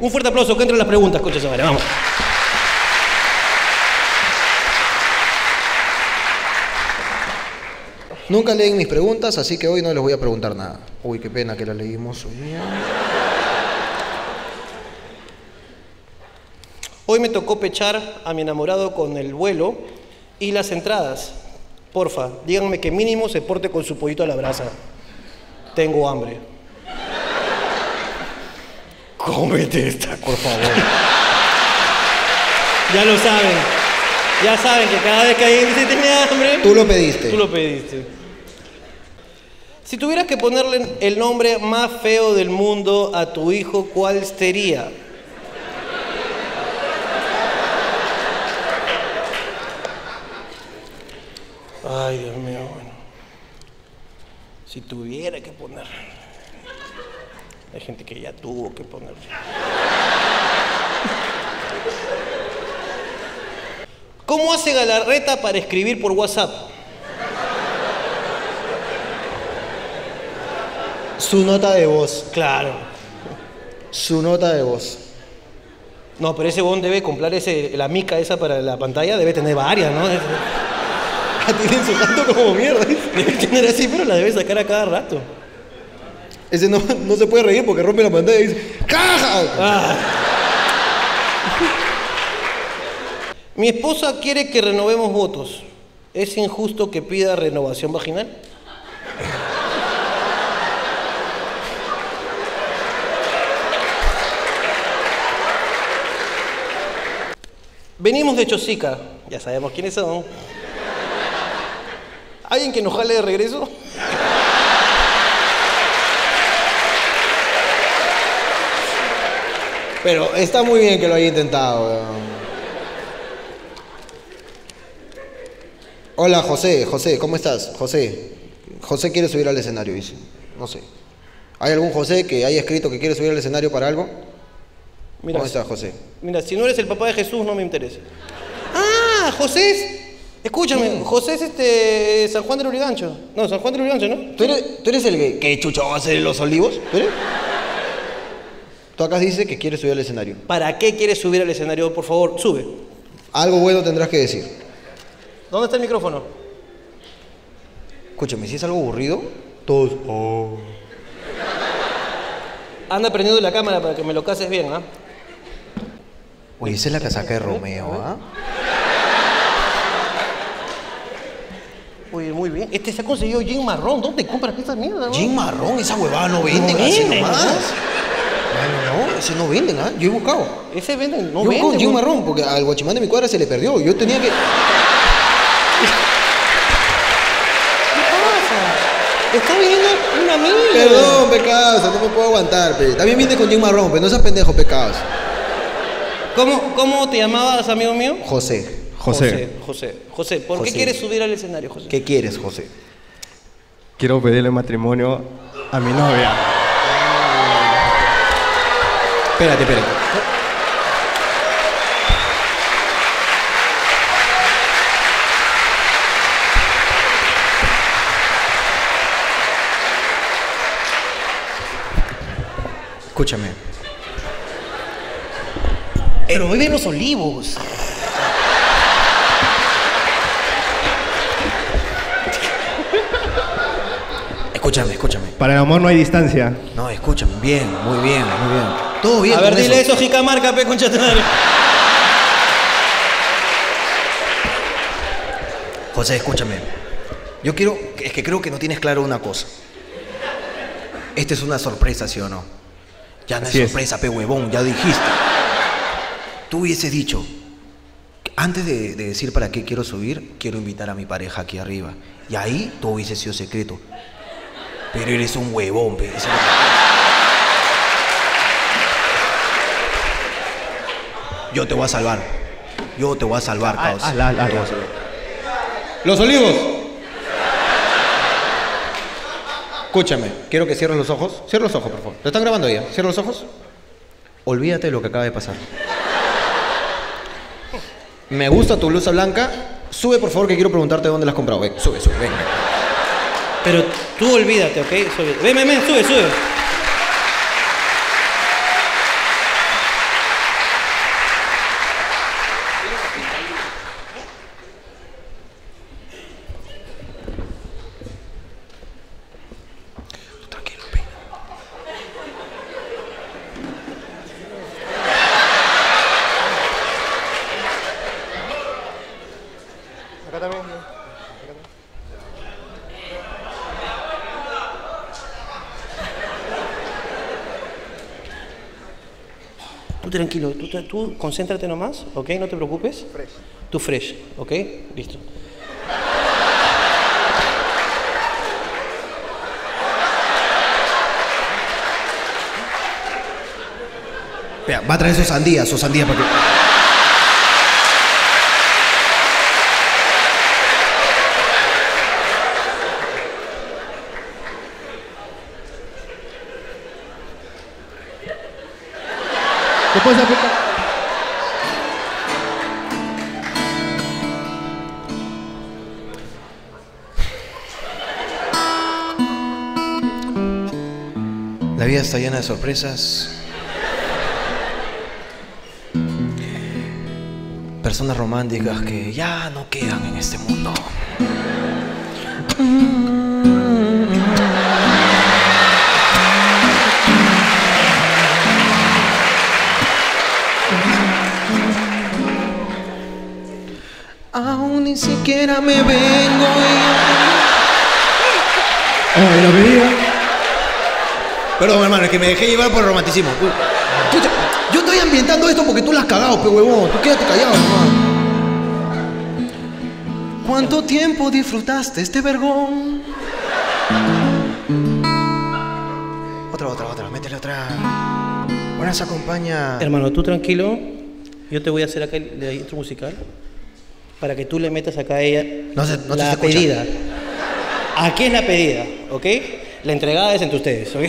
S1: Un fuerte aplauso, que entren las preguntas, concha su madre, vamos.
S4: Nunca leen mis preguntas, así que hoy no les voy a preguntar nada. Uy, qué pena que la leímos hoy día.
S1: Hoy me tocó pechar a mi enamorado con el vuelo y las entradas. Porfa, díganme que mínimo se porte con su pollito a la brasa. Tengo hambre. Cómete esta, por favor. ya lo saben. Ya saben que cada vez que alguien dice tiene hambre,
S4: Tú lo pediste.
S1: tú lo pediste. Si tuvieras que ponerle el nombre más feo del mundo a tu hijo, ¿cuál sería? Ay, Dios mío, bueno. Si tuviera que poner. Hay gente que ya tuvo que poner. ¿Cómo hace Galarreta para escribir por WhatsApp?
S4: Su nota de voz.
S1: Claro.
S4: Su nota de voz.
S1: No, pero ese huevón debe comprar ese, la mica esa para la pantalla, debe tener varias,
S4: [laughs]
S1: ¿no?
S4: Tienen su canto como mierda.
S1: Debe tener así, pero la debe sacar a cada rato.
S4: Ese no, no se puede reír porque rompe la pantalla y dice ¡Caja!
S1: Ah. Mi esposa quiere que renovemos votos. ¿Es injusto que pida renovación vaginal? Venimos de Chosica, ya sabemos quiénes son. ¿Alguien que nos jale de regreso?
S4: Pero está muy bien que lo haya intentado. weón. Hola José, José, ¿cómo estás? José. José quiere subir al escenario, dice. No sé. ¿Hay algún José que haya escrito que quiere subir al escenario para algo?
S1: Mira,
S4: ¿Cómo estás, José?
S1: Mira, si no eres el papá de Jesús, no me interesa. Ah, José es- Escúchame, José es este. San Juan de Lurigancho. No, San Juan de Lurigancho, ¿no?
S4: ¿Tú eres, tú eres el que, que chucha va a hacer en los olivos? ¿Tú eres? Tú acá dices que quieres subir al escenario.
S1: ¿Para qué quieres subir al escenario? Por favor, sube.
S4: Algo bueno tendrás que decir.
S1: ¿Dónde está el micrófono?
S4: Escúchame, si es algo aburrido, todos. "Oh".
S1: Anda prendiendo la cámara para que me lo cases bien, ¿ah?
S4: Oye, esa es la casaca de Romeo, ¿ah?
S1: Muy bien, muy bien. Este se ha conseguido Jim Marrón. ¿Dónde compras esa mierda? no?
S4: Gin marrón, esa huevada no venden
S1: No
S4: así
S1: venden,
S4: nomás.
S1: ¿no?
S4: No, no, ese no venden, ¿ah? Yo he buscado.
S1: Ese venden, no
S4: yo he buscado
S1: venden.
S4: gin
S1: güey.
S4: marrón porque al guachimán de mi cuadra se le perdió. Yo tenía que.
S1: ¿Qué pasa? Está viniendo una amiga.
S4: Perdón, pecados, no me puedo aguantar, pe. También vine con gin marrón, pero no seas pendejo, pecados.
S1: ¿Cómo, ¿Cómo te llamabas, amigo mío?
S4: José,
S1: José, José. José, ¿por qué
S4: José.
S1: quieres subir al escenario, José?
S4: ¿qué quieres, José?
S2: Quiero pedirle matrimonio a mi novia.
S4: Espérate, espérate. Escúchame.
S1: Pero vive en los olivos.
S4: Escúchame, escúchame.
S2: Para el amor no hay distancia.
S4: No, escúchame. Bien, muy bien, muy bien. Todo bien.
S1: A ver,
S4: con
S1: dile eso, Jicamarca, pe, concha de tu madre.
S4: José, escúchame. Yo quiero. Es que creo que no tienes claro una cosa. Esta es una sorpresa, ¿sí o no? Ya no
S2: Así
S4: es
S2: es.
S4: sorpresa, pe huevón, ya dijiste. Tú hubieses dicho. Antes de, de decir para qué quiero subir, quiero invitar a mi pareja aquí arriba. Y ahí tú hubiese sido secreto. Pero eres un huevón, pe. Eso es lo que pasa. Yo te voy a salvar. Yo te voy a salvar,
S2: Ah,
S4: caos.
S2: Hazla, hazla, hazla.
S4: Los olivos. Escúchame, quiero que cierres los ojos. Cierra los ojos, por favor. ¿Lo están grabando ya? Cierra los ojos. Olvídate de lo que acaba de pasar. Me gusta tu blusa blanca. Sube, por favor, que quiero preguntarte dónde la has comprado. Ven, sube, sube, ven.
S1: Pero tú olvídate, ¿ok? Sube. Ven, ven, ven, sube, sube. Tú tranquilo, tú, tra- tú concéntrate nomás, ¿ok? No te preocupes. Fresh. Tú fresh, ¿ok? Listo.
S4: Espera, va a traer sus sandías, sus sandías para que.
S2: Después de aplicar-
S4: La vida está llena de sorpresas. personas románticas que ya no quedan en este mundo.
S5: Aún ni siquiera me vengo.
S2: Eh,
S9: Ay, la vida.
S4: Perdón, hermano, es que me dejé llevar por el romanticismo. Uy. Chucha, yo estoy ambientando esto porque tú la has cagado, pe huevón. Tú quédate callado, hermano.
S5: ¿Cuánto tiempo disfrutaste este vergón?
S4: Otra, otra, otra, métele otra. Buenas acompaña.
S1: Hermano, tú tranquilo. Yo te voy a hacer acá el, el intro musical para que tú le metas acá a ella
S4: No se- no se
S1: la
S4: escucha.
S1: pedida. Aquí es la pedida, ¿ok? La entregada es entre ustedes, ¿ok?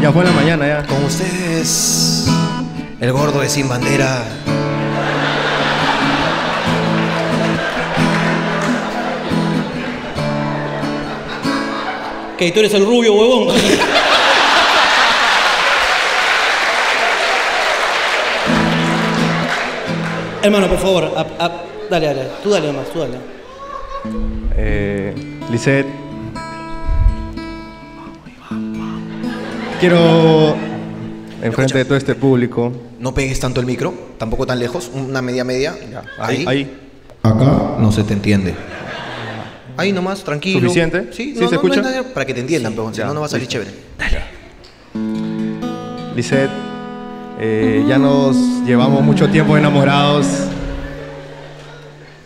S2: Ya fue en la mañana, ya.
S4: Con ustedes, el gordo de Sin Bandera.
S1: Que tú eres el rubio, huevón. [laughs] Hermano, por favor, ap- ap- dale, dale. Tú dale nomás, tú dale.
S2: Eh, Lisette. Quiero, enfrente de todo este público,
S4: No pegues tanto el micro, tampoco tan lejos, una media media.
S2: ahí, ahí,
S4: Acá no se te entiende. Ahí nomás, tranquilo.
S2: ¿Suficiente? ¿Sí
S4: Sí, no,
S2: se
S4: no, no
S2: escucha?
S4: es nada- para que te entiendan, pero si
S2: ya,
S4: no, no va a salir
S2: listo.
S4: chévere.
S2: Lisette, eh, ya nos llevamos mucho tiempo enamorados.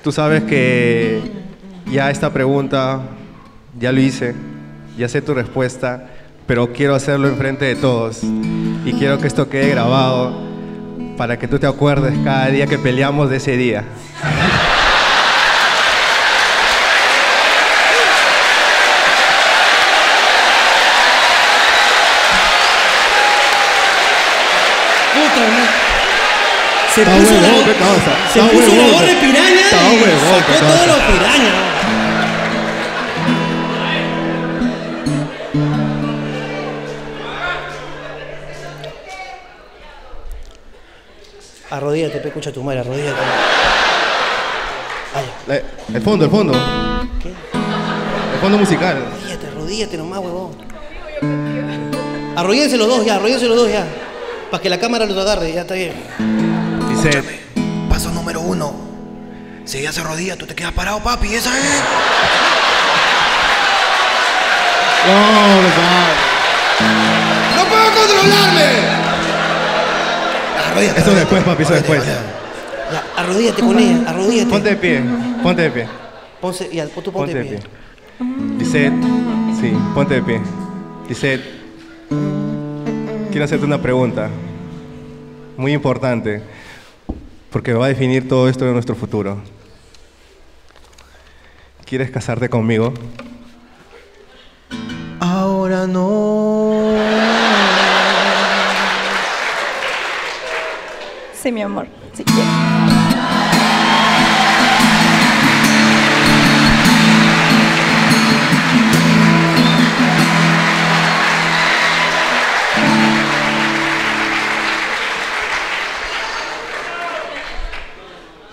S2: Tú sabes que ya esta pregunta ya lo hice, ya sé tu respuesta, pero quiero hacerlo enfrente de todos y quiero que esto quede grabado para que tú te acuerdes cada día que peleamos de ese día.
S1: Puta, ¿no? Se
S2: Está
S1: puso la
S2: huevón,
S1: gorra-
S2: qué causa.
S1: Se
S2: Está
S1: puso la
S2: huevón,
S1: gorra de
S2: qué-
S1: piraña
S2: está
S1: y
S2: huevón, qué
S1: sacó todos
S2: causa.
S1: los pirañas. Arrodíllate, pe, escucha a tu madre, arrodíllate. Ay,
S2: La- Eh, el fondo, el fondo.
S1: ¿qué?
S2: El fondo musical.
S1: Arrodíllate, arrodíllate nomás, huevón. Arrodíllense los dos ya, arrodíllense los dos ya. Para que la cámara los agarre, ya está bien.
S2: Lisette,
S4: Paso número uno. Si ella se rodilla, tú te quedas parado, papi. Esa es.
S2: no, no.
S8: ¡No puedo controlarme!
S4: Arrodíllate,
S2: Eso
S4: arrodíllate.
S2: después, papi, eso
S4: Arrodíllate,
S2: después.
S4: arrodíllate.
S1: Ya, arrodíllate con ella, arrodíllate.
S2: Ponte de pie, ponte de pie.
S1: Ponce, ya, tú ponte,
S2: Ponte de
S1: pie.
S2: pie. Lisette, sí, ponte de pie. Lisette, quiero hacerte una pregunta muy importante porque va a definir todo esto de nuestro futuro. ¿Quieres casarte conmigo?
S4: Ahora no.
S7: Sí, mi amor. Sí, quiero.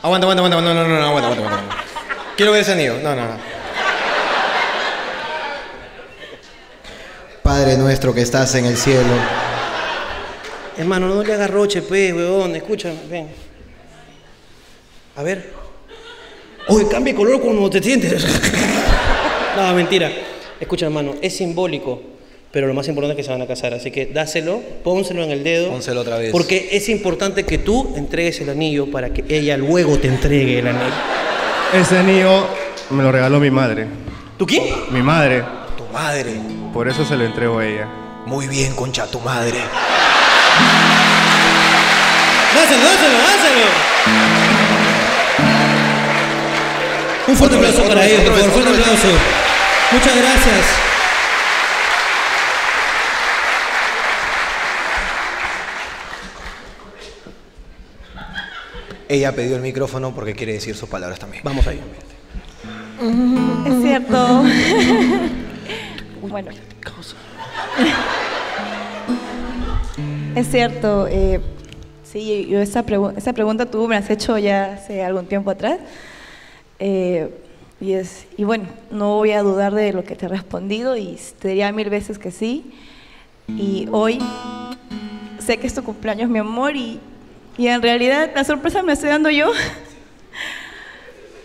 S4: Aguanta, aguanta, aguanta. No, no, no, no, aguanta, aguanta, aguanta. Quiero ver ese anillo. No, no, no. Padre nuestro que estás en el cielo.
S1: Hermano, no le hagas roche, pues, huevón, escúchame, ven. A ver. Uy, cambia de color cuando te sientes. [laughs] no, mentira. Escucha, hermano, es simbólico, pero lo más importante es que se van a casar, así que dáselo, pónselo en el dedo.
S4: Pónselo otra vez.
S1: Porque es importante que tú entregues el anillo para que ella luego te entregue el anillo.
S2: Ese anillo me lo regaló mi madre.
S1: ¿Tú quién?
S2: Mi madre,
S4: Tu madre.
S2: por eso se lo entrego a ella.
S4: Muy bien, concha, tu madre.
S1: Dáselo, dáselo, dáselo. Un fuerte
S4: Otra vez,
S1: aplauso
S4: otra
S1: para
S4: vez,
S1: ellos, por
S4: otra
S1: favor,
S4: vez,
S1: fuerte
S4: otra vez.
S1: aplauso. Muchas gracias.
S4: Ella pidió el micrófono porque quiere decir sus palabras también.
S1: Vamos ahí.
S7: Es cierto. bueno. Es cierto. eh, Sí, yo esa, pregu- esa pregunta tú me la has hecho ya hace algún tiempo atrás. Eh, y, es, y bueno, no voy a dudar de lo que te he respondido y te diría mil veces que sí. Y hoy sé que es tu cumpleaños, mi amor, y, y en realidad la sorpresa me la estoy dando yo.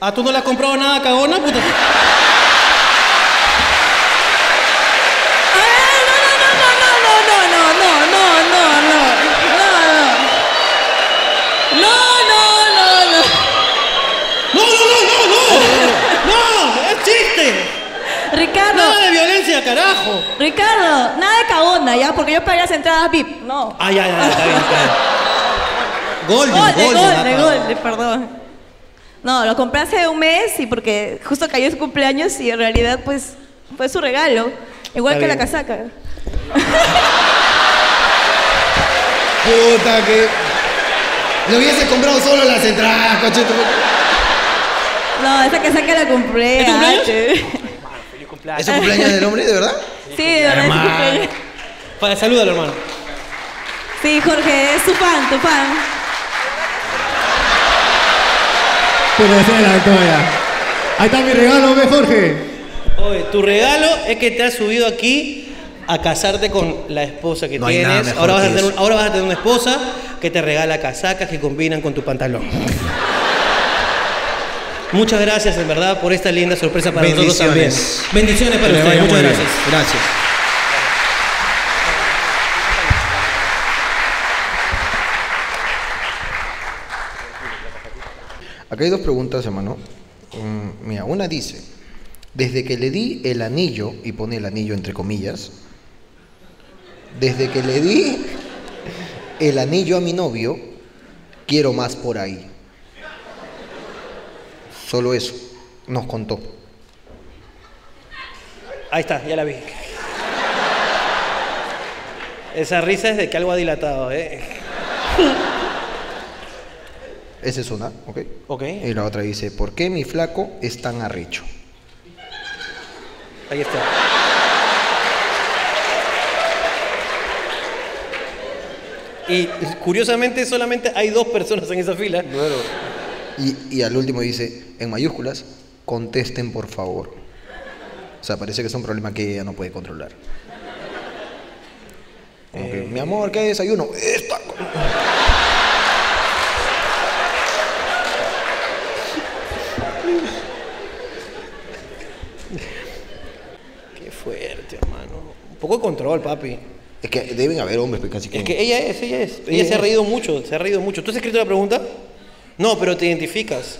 S1: Ah, tú no le has comprado nada, cagona, puta. No, no, no, no, no. No, es chiste.
S7: Ricardo,
S1: Nada de violencia, carajo.
S7: Ricardo, nada de cagona, ¿ya? Porque yo pagué las entradas VIP. No.
S1: Ay, ay, ay, está bien, está bien. Golden,
S7: Gol, de
S1: golden,
S7: gol, de
S1: ah,
S7: gol, de perdón. No, lo compré hace un mes y porque justo cayó su cumpleaños y en realidad pues fue su regalo. Igual
S1: Está
S7: que
S1: bien.
S7: la casaca.
S10: Puta que. Le hubiese comprado solo las entradas, cochito.
S7: No, esa casaca la compré.
S1: ¿Es tu cumpleaños?
S7: antes.
S4: ¿Es el cumpleaños del hombre, de verdad?
S7: Sí, de verdad es su cumpleaños.
S1: Para, salúdalo, hermano.
S7: Sí, Jorge, es tu fan, tu fan.
S2: Pero ese era la toalla. Ahí está mi regalo, ve Jorge.
S1: Oye, tu regalo es que te has subido aquí a casarte con la esposa que
S4: No hay nada
S1: tienes.
S4: mejor
S1: Ahora vas, a
S4: que
S1: tener, un-
S4: eso.
S1: ahora vas a tener una esposa que te regala casacas que combinan con tu pantalón. Muchas gracias, en verdad, por esta linda sorpresa para nosotros también.
S4: Bendiciones.
S1: Bendiciones para
S4: Que le
S1: ustedes.
S4: vaya
S1: Muchas
S4: muy bien.
S1: gracias.
S4: Gracias. Acá hay dos preguntas, hermano. Mm, Mira, una dice, desde que le di el anillo, y pone el anillo entre comillas, desde que le di el anillo a mi novio, quiero más por ahí. Solo eso, nos contó.
S1: Ahí está, ya la vi. Esa risa es de que algo ha dilatado, ¿eh?
S4: Esa es una, ¿ok?
S1: Ok.
S4: Y la otra dice, ¿por qué mi flaco es tan arrecho?
S1: Ahí está. Y curiosamente solamente hay dos personas en esa fila.
S4: Y, y al último dice, en mayúsculas, contesten por favor. O sea, parece que es un problema que ella no puede controlar. Como
S1: Eh,
S4: que, mi amor, ¿qué desayuno? Esta co-".
S1: Qué fuerte, hermano. Un poco de control, papi.
S4: Es que deben haber hombres, pues, casi que...
S1: Es que ella es, ella es. Ella se ha reído mucho, se ha reído mucho. ¿Tú has escrito la pregunta? No, pero te identificas.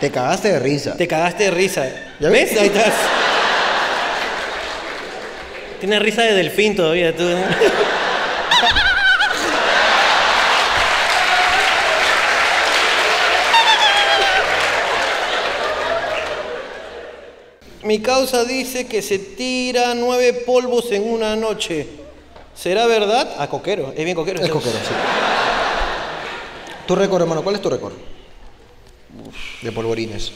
S4: Te cagaste de risa.
S1: Te cagaste de risa.
S4: ¿Ya
S1: ¿Ves?
S4: ves?
S1: Ahí estás. Tienes risa de delfín todavía, tú. ¿eh? Mi causa dice que se tira nueve polvos en una noche. ¿Será verdad? Ah, coquero. Es bien coquero.
S4: Es coquero, sí. Tu récord, hermano, ¿cuál es tu récord? De polvorines.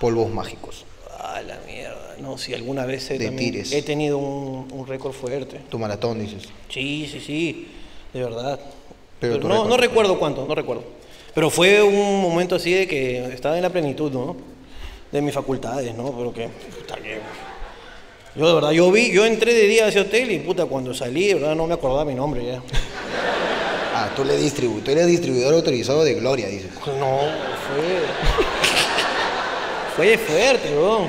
S4: Polvos mágicos.
S1: Ah, la mierda. No, si alguna vez he,
S4: De
S1: también-
S4: tires.
S1: he tenido un- un récord fuerte.
S4: Tu maratón, dices.
S1: Sí, sí, sí, de verdad.
S4: Pero
S1: Pero,
S4: tú
S1: no, no
S4: recuerdas.
S1: recuerdo cuánto, no recuerdo. Pero fue un momento así de que estaba en la plenitud, ¿no? De mis facultades, ¿no? Pero que, puta, que- Yo de verdad, yo vi, yo entré de día a ese hotel y puta, cuando salí, de verdad, no me acordaba mi nombre ya.
S4: Ah, tú le distribu tú eres distribuidor autorizado de Gloria, dices.
S1: [laughs] No, fue... fue fuerte, bro.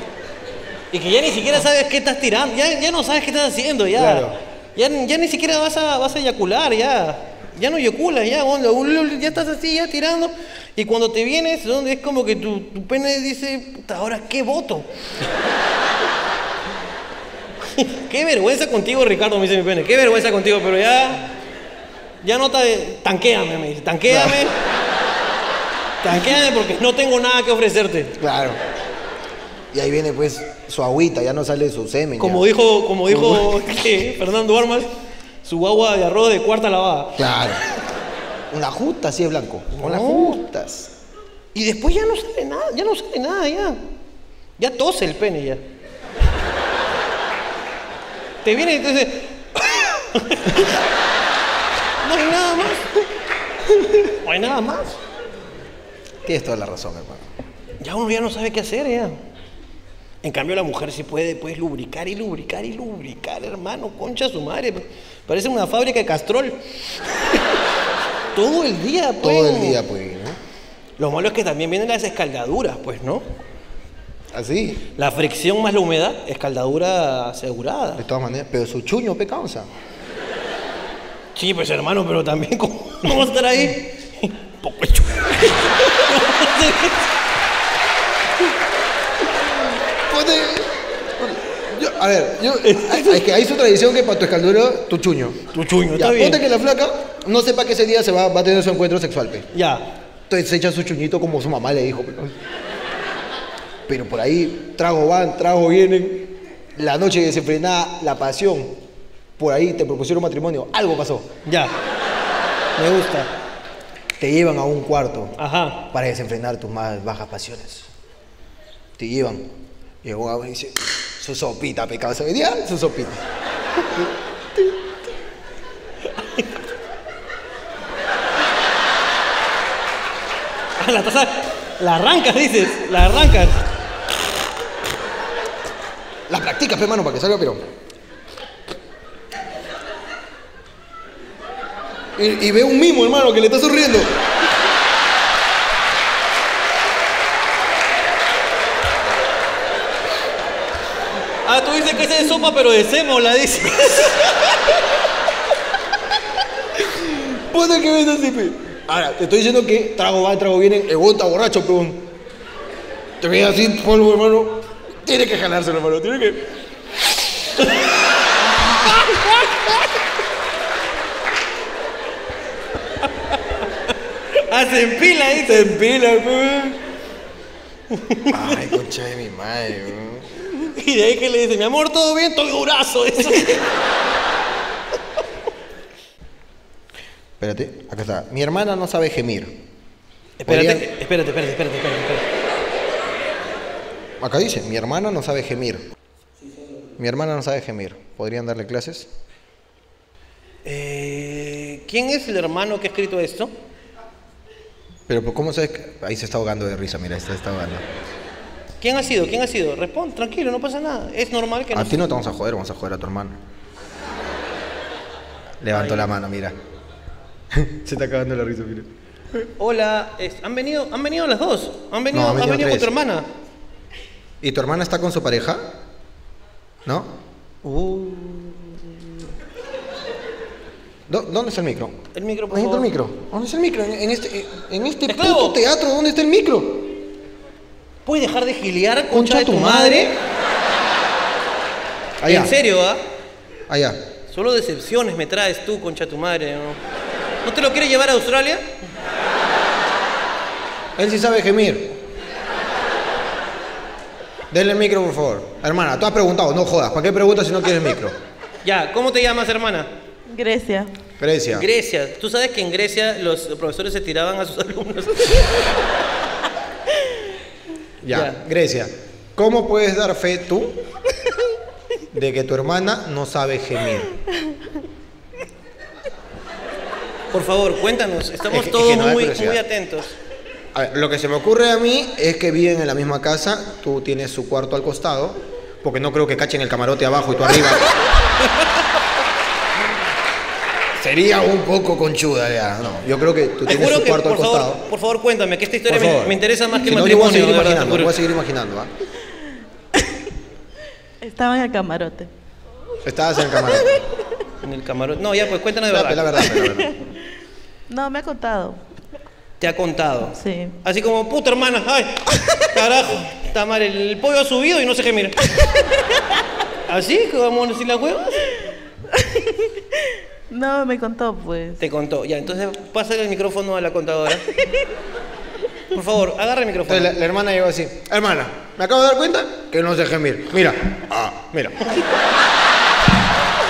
S1: Y que ya ni siquiera sabes qué estás tirando, ya, ya no sabes qué estás haciendo, ya.
S4: Claro.
S1: Ya, ya ni siquiera vas a, vas a eyacular, ya. Ya no eyaculas, ya. onda, ul- ul- Ya estás así, ya tirando. Y cuando te vienes, donde es como que tu, tu pene dice, puta, ahora qué voto. [laughs] qué vergüenza contigo, Ricardo, me dice mi pene. Qué vergüenza contigo, pero ya. Ya no te. Tanquéame, me dice. Tanquéame. Tanquéame porque no tengo nada que ofrecerte.
S4: Claro. Y ahí viene pues su agüita, ya no sale su semen.
S1: Como
S4: ya.
S1: dijo, como dijo [laughs] ¿qué? Fernando Armas, su agua de arroz de cuarta lavada.
S4: Claro. Una justa sí es blanco. Unas
S1: No.
S4: justas.
S1: Y después ya no sale nada, ya no sale nada, ya. Ya tose el pene ya. Te viene y te dice. [laughs] No hay nada más. No hay nada más.
S4: Tienes toda la razón, hermano.
S1: Ya uno ya no sabe qué hacer, ya. En cambio, la mujer sí puede, pues, lubricar y lubricar y lubricar, hermano, concha su madre. Parece una fábrica de castrol. [laughs] Todo el día, pues.
S4: Todo el día, pues, ¿no?
S1: Lo malo es que también vienen las escaldaduras, pues, ¿no?
S4: Así,
S1: La fricción más la humedad, escaldadura
S4: de
S1: asegurada.
S4: todas maneras. Pero su chuño, pe causa.
S1: Sí, pues, hermano, pero también, [laughs] ¿cómo vamos a estar ahí? [laughs] Poco hecho.
S4: Ponte- Pues, yo- a ver, yo, [laughs] hay- Ah, es que hay su tradición que para tu escaldura, tu chuño.
S1: Tu chuño,
S4: Ya,
S1: está bien.
S4: ponte que la flaca no sepa que ese día se va, va a tener su encuentro sexual, pe.
S1: Ya.
S4: Entonces se echa su chuñito como su mamá le dijo. pe. Pero por ahí, trago van, trago vienen. La noche desenfrenada, la pasión. Por ahí te propusieron matrimonio. Algo pasó.
S1: Ya.
S4: Me gusta. Te llevan a un cuarto
S1: Ajá.
S4: para desenfrenar tus más bajas pasiones. Te llevan. Llegó a y dice, su sopita, pecado. ¿Se veía? Su sopita.
S1: Ah, la taza. La arrancas, dices. La arrancas.
S4: La practicas, hermano, para que salga pero Y, y ve un mimo, hermano, que le está sonriendo.
S1: Ah, tú dices que esa es sopa, pero de sémola, [laughs] dices.
S4: Puta que ves así, pe. Ahora, te estoy diciendo que trago va, trago viene, el bota borracho, peón. Te veía así, polvo, hermano. Tiene que jalárselo, hermano, tiene que.
S1: Hacen pila, dices. Hacen pila,
S4: pues. Ay, concha de mi madre, weón.
S1: Y de ahí que le dice, mi amor, ¿todo bien? Estoy durazo.
S4: [laughs]
S1: dice.
S4: Espérate, acá está. Mi hermana no sabe gemir.
S1: espérate,
S4: Podrían-
S1: que- espérate, espérate, espérate, espérate, espérate.
S4: Acá dice, mi hermana no sabe gemir. Mi hermana no sabe gemir. ¿Podrían darle clases?
S1: Eh, ¿Quién es el hermano que ha escrito esto?
S4: Pero, pues, ¿cómo sabes que- Ahí se está ahogando de risa, mira, se está ahogando.
S1: ¿Quién ha sido? ¿Quién ha sido? Responde, tranquilo, no pasa nada. Es normal que
S4: A
S1: no.
S4: ti no te vamos a joder, vamos a joder a tu hermano. Levantó la mano, mira. [laughs] Se está acabando la risa, mira.
S1: Hola, es- han venido, han venido las dos. Han venido,
S4: No, han
S1: han
S4: venido
S1: venido con
S4: tres.
S1: tu hermana.
S4: ¿Y tu hermana está con su pareja? ¿No?
S1: Uh,
S4: ¿Dó- ¿Dónde está el micro?
S1: el micro, por
S4: ¿Dónde está
S1: favor.
S4: el micro? ¿Dónde está el micro? En, en este, en este
S1: Esclavo.
S4: puto teatro, ¿dónde está el micro?
S1: ¿Puedes dejar de gilear, concha,
S4: Concha
S1: de tu
S4: tu
S1: madre?
S4: Allá.
S1: En serio, ¿ah?
S4: Allá.
S1: Solo decepciones me traes tú, concha de tu madre. ¿no? ¿No te lo quieres llevar a Australia?
S4: Él sí sabe gemir. Denle el micro, por favor. Hermana, tú has preguntado, no jodas. ¿Para qué preguntas si no quieres micro?
S1: Ya, ¿cómo te llamas, hermana?
S11: Grecia.
S4: Grecia.
S1: Grecia. Tú sabes que en Grecia los profesores se tiraban a sus [laughs] alumnos.
S4: Ya,
S1: Ya.
S4: Grecia, ¿cómo puedes dar fe tú de que tu hermana no sabe gemir?
S1: Por favor, cuéntanos. Estamos
S4: Es que- es
S1: todos
S4: que no da
S1: muy,
S4: curiosidad.
S1: muy atentos.
S4: A ver, lo que se me ocurre a mí es que viven en la misma casa, tú tienes su cuarto al costado, porque no creo que cachen el camarote abajo y tú arriba. [laughs] Sería un poco conchuda ya, no. Yo creo que tú
S1: Te
S4: tienes
S1: juro
S4: su
S1: que, por
S4: cuarto al costado.
S1: favor, por favor, cuéntame, que esta
S4: Por
S1: historia me,
S4: favor.
S1: me interesa más que
S4: Si
S1: el
S4: no, yo voy a
S1: matrimonio.
S4: seguir
S1: de verdad, te
S4: imaginando,
S1: juro.
S4: voy a seguir imaginando, ¿ah?
S11: Estaba en el camarote.
S4: Estabas en el [laughs] camarote.
S1: En el camarón. No, ya, pues cuéntanos de
S4: La,
S1: verdad.
S4: la verdad, la verdad.
S11: No, me ha contado.
S1: Te ha contado.
S11: Sí.
S1: Así como, puta hermana, ay, carajo, está mal, el, el pollo ha subido y no sé qué
S4: [laughs]
S1: mira. ¿Así? que ¿Vamos a decir las huevas?
S11: No, me contó, pues.
S1: Te contó. Ya, entonces pásale el micrófono a la contadora. Por favor, agarra el micrófono.
S4: Entonces la, la hermana llegó así, hermana, me acabo de dar cuenta que no sé gemir. Mira, ah, mira.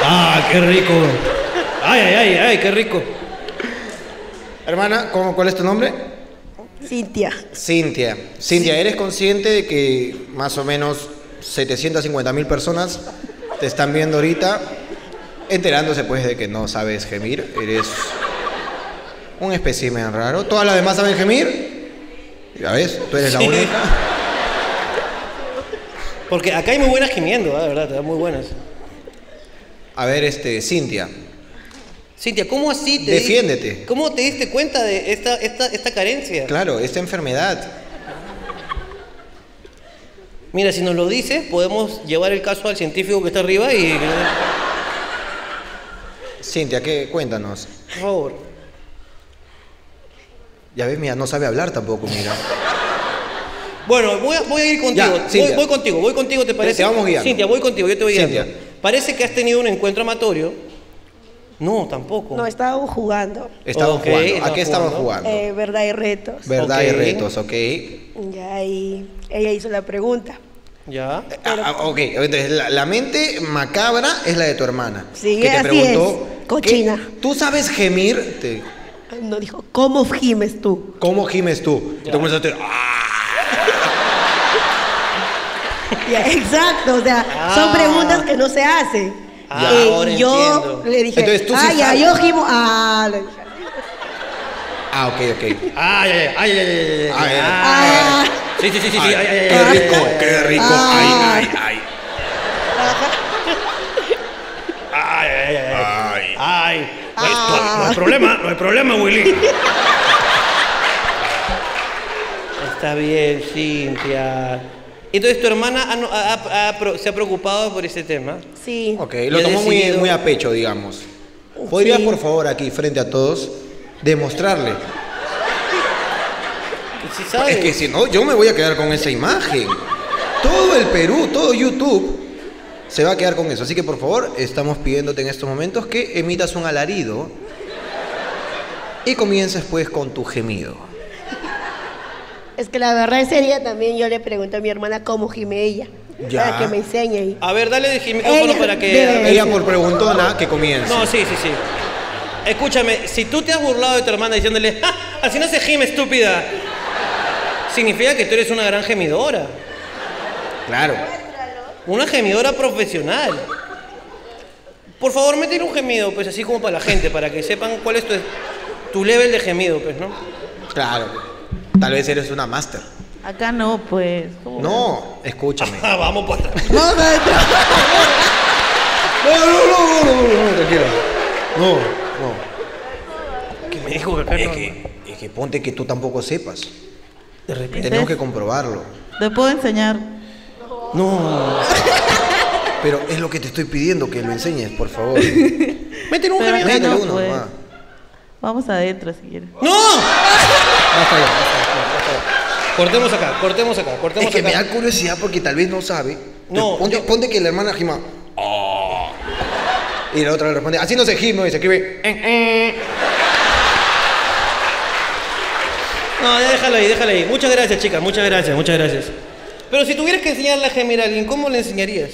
S1: ¡Ah, qué rico! ¡Ay, ay, ay, ay, qué rico!
S4: Hermana, ¿cómo, ¿cuál es tu nombre?
S11: Cintia.
S4: Cintia. Cintia, ¿eres consciente de que más o menos 750 mil personas te están viendo ahorita, enterándose pues de que no sabes gemir? Eres Un espécimen raro. ¿Todas las demás saben gemir? Ya ves, tú eres la única.
S1: Porque acá hay muy buenas gimiendo, ¿ah? de verdad, muy buenas.
S4: A ver, este, Cintia.
S1: Cintia, ¿cómo así te
S4: Defiéndete.
S1: diste- ¿Cómo te diste cuenta de esta, esta, esta carencia?
S4: Claro, esta enfermedad.
S1: Mira, si nos lo dices, podemos llevar el caso al científico que está arriba y.
S4: Cintia, ¿qué? Cuéntanos.
S1: Por favor.
S4: Ya ves, mira, no sabe hablar tampoco, mira.
S1: Bueno, voy a, voy a ir contigo.
S4: Ya,
S1: Voy-
S4: Cintia.
S1: voy, contigo, voy contigo, ¿te parece?
S4: te vamos guiando.
S1: Cintia, voy contigo, yo te voy guiando.
S4: Cintia.
S1: Parece que has tenido un encuentro amatorio. No, tampoco.
S12: No, estábamos jugando.
S4: Estaban
S1: Ok,
S4: jugando. ¿A qué
S1: estaban
S4: estaban jugando?
S1: jugando.
S12: eh, verdad y retos.
S4: Verdad y
S1: ok.
S4: retos, ok.
S12: Ya, y ella hizo la pregunta.
S1: Ya.
S4: Ah, ah, ok, entonces la, la mente macabra es la de tu hermana.
S12: Sí,
S4: que te
S12: así
S4: preguntó.
S12: es, cochina.
S4: ¿qué- ¿Tú sabes gemir? Te-
S12: No dijo, ¿cómo gimes tú? [laughs]
S4: ¿Cómo gimes tú? Y tú comenzaste. "Ah".
S12: Ya, exacto, o sea, son preguntas que no se hacen.
S1: Ah,
S12: Eh,
S1: ahora
S12: yo
S1: entiendo.
S12: le dije,
S4: Entonces, tú sí
S12: ah, ya,
S4: sabes".
S12: yo gimo. Ah, le dije,
S4: Ah, ok, ok.
S1: Ay, ay, ay, ay, ay, ay,
S4: Ay, ay,
S12: ah,
S1: Sí, sí, sí, sí, sí. ay, ay, ay,
S4: Qué
S1: ay, ay,
S4: rico,
S1: ay, ay.
S4: qué rico.
S12: Ah.
S4: Ay, ay,
S1: Ay, ay, ay, ay.
S4: ay.
S1: Ay, no hay, no- no hay problema, no hay problema, Willy. Está bien, Cintia. Entonces, tu hermana ha no- ha- ha- ha pro- se ha preocupado por ese tema.
S12: sí.
S4: Ok,
S1: Y
S4: lo
S1: ha
S4: tomó muy,
S1: decidido-
S4: muy a pecho, digamos. ¿Podrías, por favor, aquí, frente a todos, demostrarle?
S1: Sí, ¿sabes?
S4: Es que si no, yo me voy a quedar con esa imagen. Todo el Perú, todo YouTube se va a quedar con eso. Así que, por favor, estamos pidiéndote en estos momentos que emitas un alarido y comiences, pues, con tu gemido.
S12: Es que la verdad ese día también yo le pregunté a mi hermana cómo gime ella.
S4: Ya.
S12: Para que me enseñe. Y,
S1: A ver, dale el micrófono
S12: Ella
S1: para que.
S12: debe-
S4: Ella, por preguntona, que comience.
S1: No, sí, sí, sí. Escúchame, si tú te has burlado de tu hermana diciéndole, "Ja, así no se gime, estúpida, significa que tú eres una gran gemidora.
S4: Claro.
S1: Una gemidora profesional. Por favor, métele un gemido, pues así como para la gente, para que sepan cuál es tu, tu level de gemido, pues, ¿no?
S4: Claro. Tal vez eres una máster.
S11: Acá no, pues. ¿cómo?
S4: No,
S1: [laughs]
S4: escúchame.
S1: Ah, vamos para atrás.
S4: No, no, no, no, no, no, no, no, tranquilo. No, no.
S1: Que me dijo que acá
S4: Es
S1: no-
S4: que, es que ponte que tú tampoco sepas.
S1: De repente.
S4: Tenemos que comprobarlo.
S11: Te puedo enseñar.
S1: No.
S4: Pero es lo que te estoy pidiendo, que lo enseñes, por
S11: [laughs]
S4: favor. Métele
S1: Métele un
S11: Pero
S1: gemido.
S11: acá no,
S4: uno
S11: pues.
S4: nomás.
S11: Vamos adentro si quieres.
S1: ¡No!
S4: Basta ya, basta ya, basta ya.
S1: Cortemos acá, cortemos acá, cortemos
S4: Es que me
S1: acá.
S4: da curiosidad porque tal vez no sabe.
S1: No,
S4: Ponte,
S1: yo-
S4: ponte que la hermana gima. "Ah". Y la otra le responde, así no se gime, y se escribe. "Eh".
S1: No, ya déjalo ahí, déjalo ahí. Muchas gracias, chicas, muchas gracias, muchas gracias. Pero si tuvieras que enseñarle a gemir a alguien, ¿cómo le enseñarías?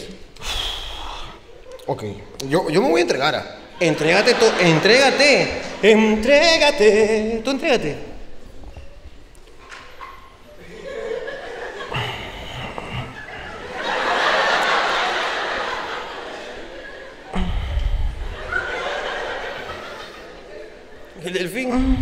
S4: Ok, yo, yo me voy a entregar. ah.
S1: Entrégate tú, entrégate, entrégate, tú entrégate. El delfín.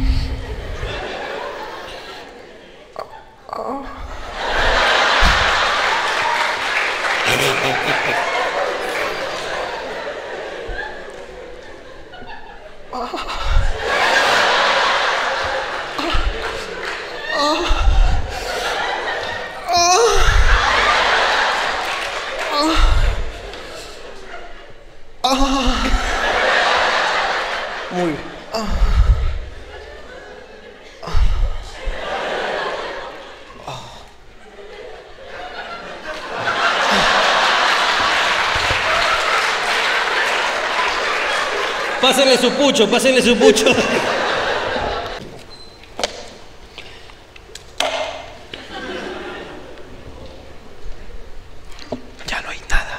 S1: Muy bien. Pásenle su pucho, pásenle su pucho.
S3: Ya no hay nada.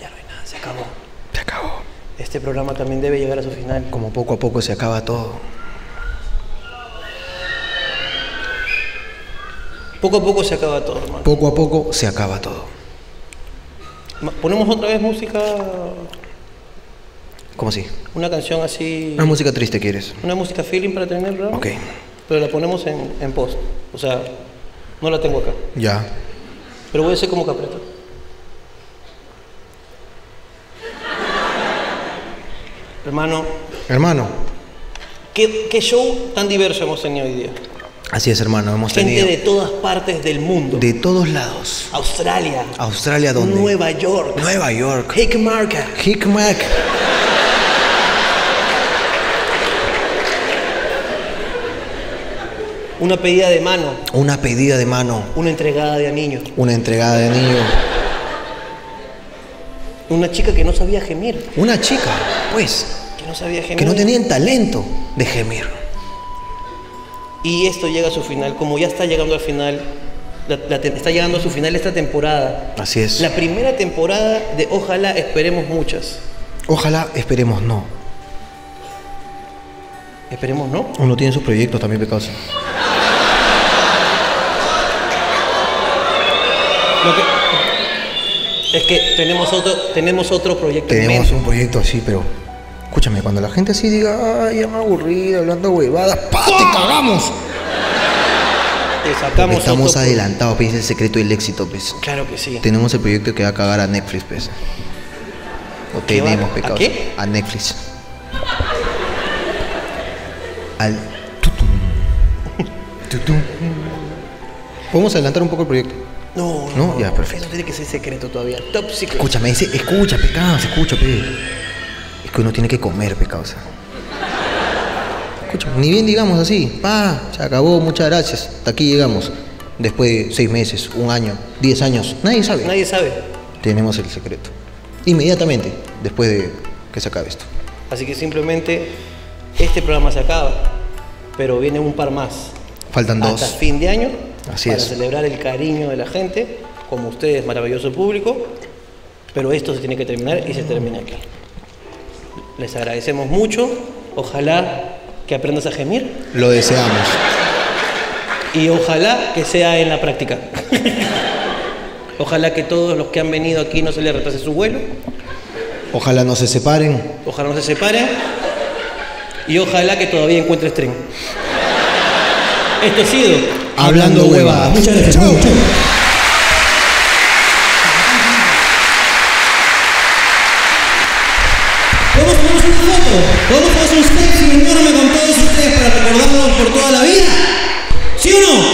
S1: Ya no hay nada, se acabó.
S3: Se acabó.
S1: Este programa también debe llegar a su final.
S4: Como poco a poco se acaba todo.
S1: Poco a poco se acaba todo, hermano.
S4: Poco a poco se acaba todo.
S1: Ma- Ponemos otra vez música.
S4: ¿Cómo así?
S1: Una canción así.
S4: Una música triste quieres.
S1: Una música feeling para tener, ¿no?
S4: Ok.
S1: Pero la ponemos en, en post. O sea, no la tengo acá.
S4: Ya.
S1: Pero voy a hacer como Capreta. Hermano,
S4: Hermano.
S1: ¿qué, qué show tan diverso hemos tenido hoy día?
S4: Así es, hermano. Hemos
S1: Gente
S4: tenido.
S1: de todas partes del mundo.
S4: de todos lados.
S1: Australia.
S4: Australia, ¿dónde?
S1: Nueva York.
S4: Nueva York.
S1: Hickmarca.
S4: Hickmack.
S1: Una pedida de mano.
S4: Una pedida de mano.
S1: Una entregada de anillo.
S4: Una entregada de niño.
S1: Una chica que no sabía gemir.
S4: Una chica, pues,
S1: Que no sabía gemir.
S4: que no tenían talento de gemir.
S1: Y esto llega a su final, como ya está llegando al final, la- la tem- está llegando a su final esta temporada.
S4: Así es.
S1: La primera temporada de Ojalá Esperemos Muchas.
S4: Ojalá, esperemos no.
S1: Esperemos, ¿no?
S4: Uno tiene sus proyectos también, pecados.
S1: Lo que- es que tenemos otro, tenemos otro proyecto en
S4: Tenemos
S1: mente.
S4: un proyecto así, pero. Escúchame, cuando la gente así diga, ay, ya me aburrida, hablando huevadas, ¡pa! ¡Te cagamos!
S1: Te
S4: Porque
S1: sacamos
S4: estamos
S1: otro pro-
S4: adelantados, pues, es el secreto del éxito, pues.
S1: Claro que sí.
S4: Tenemos el proyecto que va a cagar a Netflix, pues. O
S1: ¿Qué va-
S4: tenemos,
S1: a
S4: pecados.
S1: qué?
S4: A Netflix. Al. tutum. Tutum. ¿Podemos adelantar un poco el proyecto?
S1: No,
S4: No, ya, perfecto.
S1: Eso tiene que ser secreto todavía. Top secret.
S4: Escúchame, dice, escucha, pecados, escucha, pe. Es que uno tiene que comer, pecados. Escucha, ni bien digamos así, pa, se acabó, muchas gracias, hasta aquí llegamos. Después de seis meses, un año, diez años, nadie sabe.
S1: Nadie sabe.
S4: Tenemos el secreto. Inmediatamente, después de que se acabe esto.
S1: Así que simplemente este programa se acaba, pero viene un par más.
S4: Faltan dos.
S1: Hasta fin de año.
S4: Así
S1: para
S4: es.
S1: celebrar el cariño de la gente, como ustedes, maravilloso público. Pero esto se tiene que terminar y se termina aquí. Les agradecemos mucho. Ojalá que aprendas a gemir
S4: Lo deseamos.
S1: y ojalá que sea en la práctica. [laughs] ojalá que todos los que han venido aquí no se les retrase su vuelo.
S4: Ojalá no se separen.
S1: Ojalá no se separen. Y ojalá que todavía encuentres tren. Esto ha sido.
S4: Hablando huevadas.
S9: Muchas gracias.
S4: Chau,
S9: amigo.
S4: chau.
S9: ¿Podemos tomarnos una foto? ¿Podemos hacer un selfie enorme con todos ustedes para recordarnos por toda la vida? ¿Sí o no?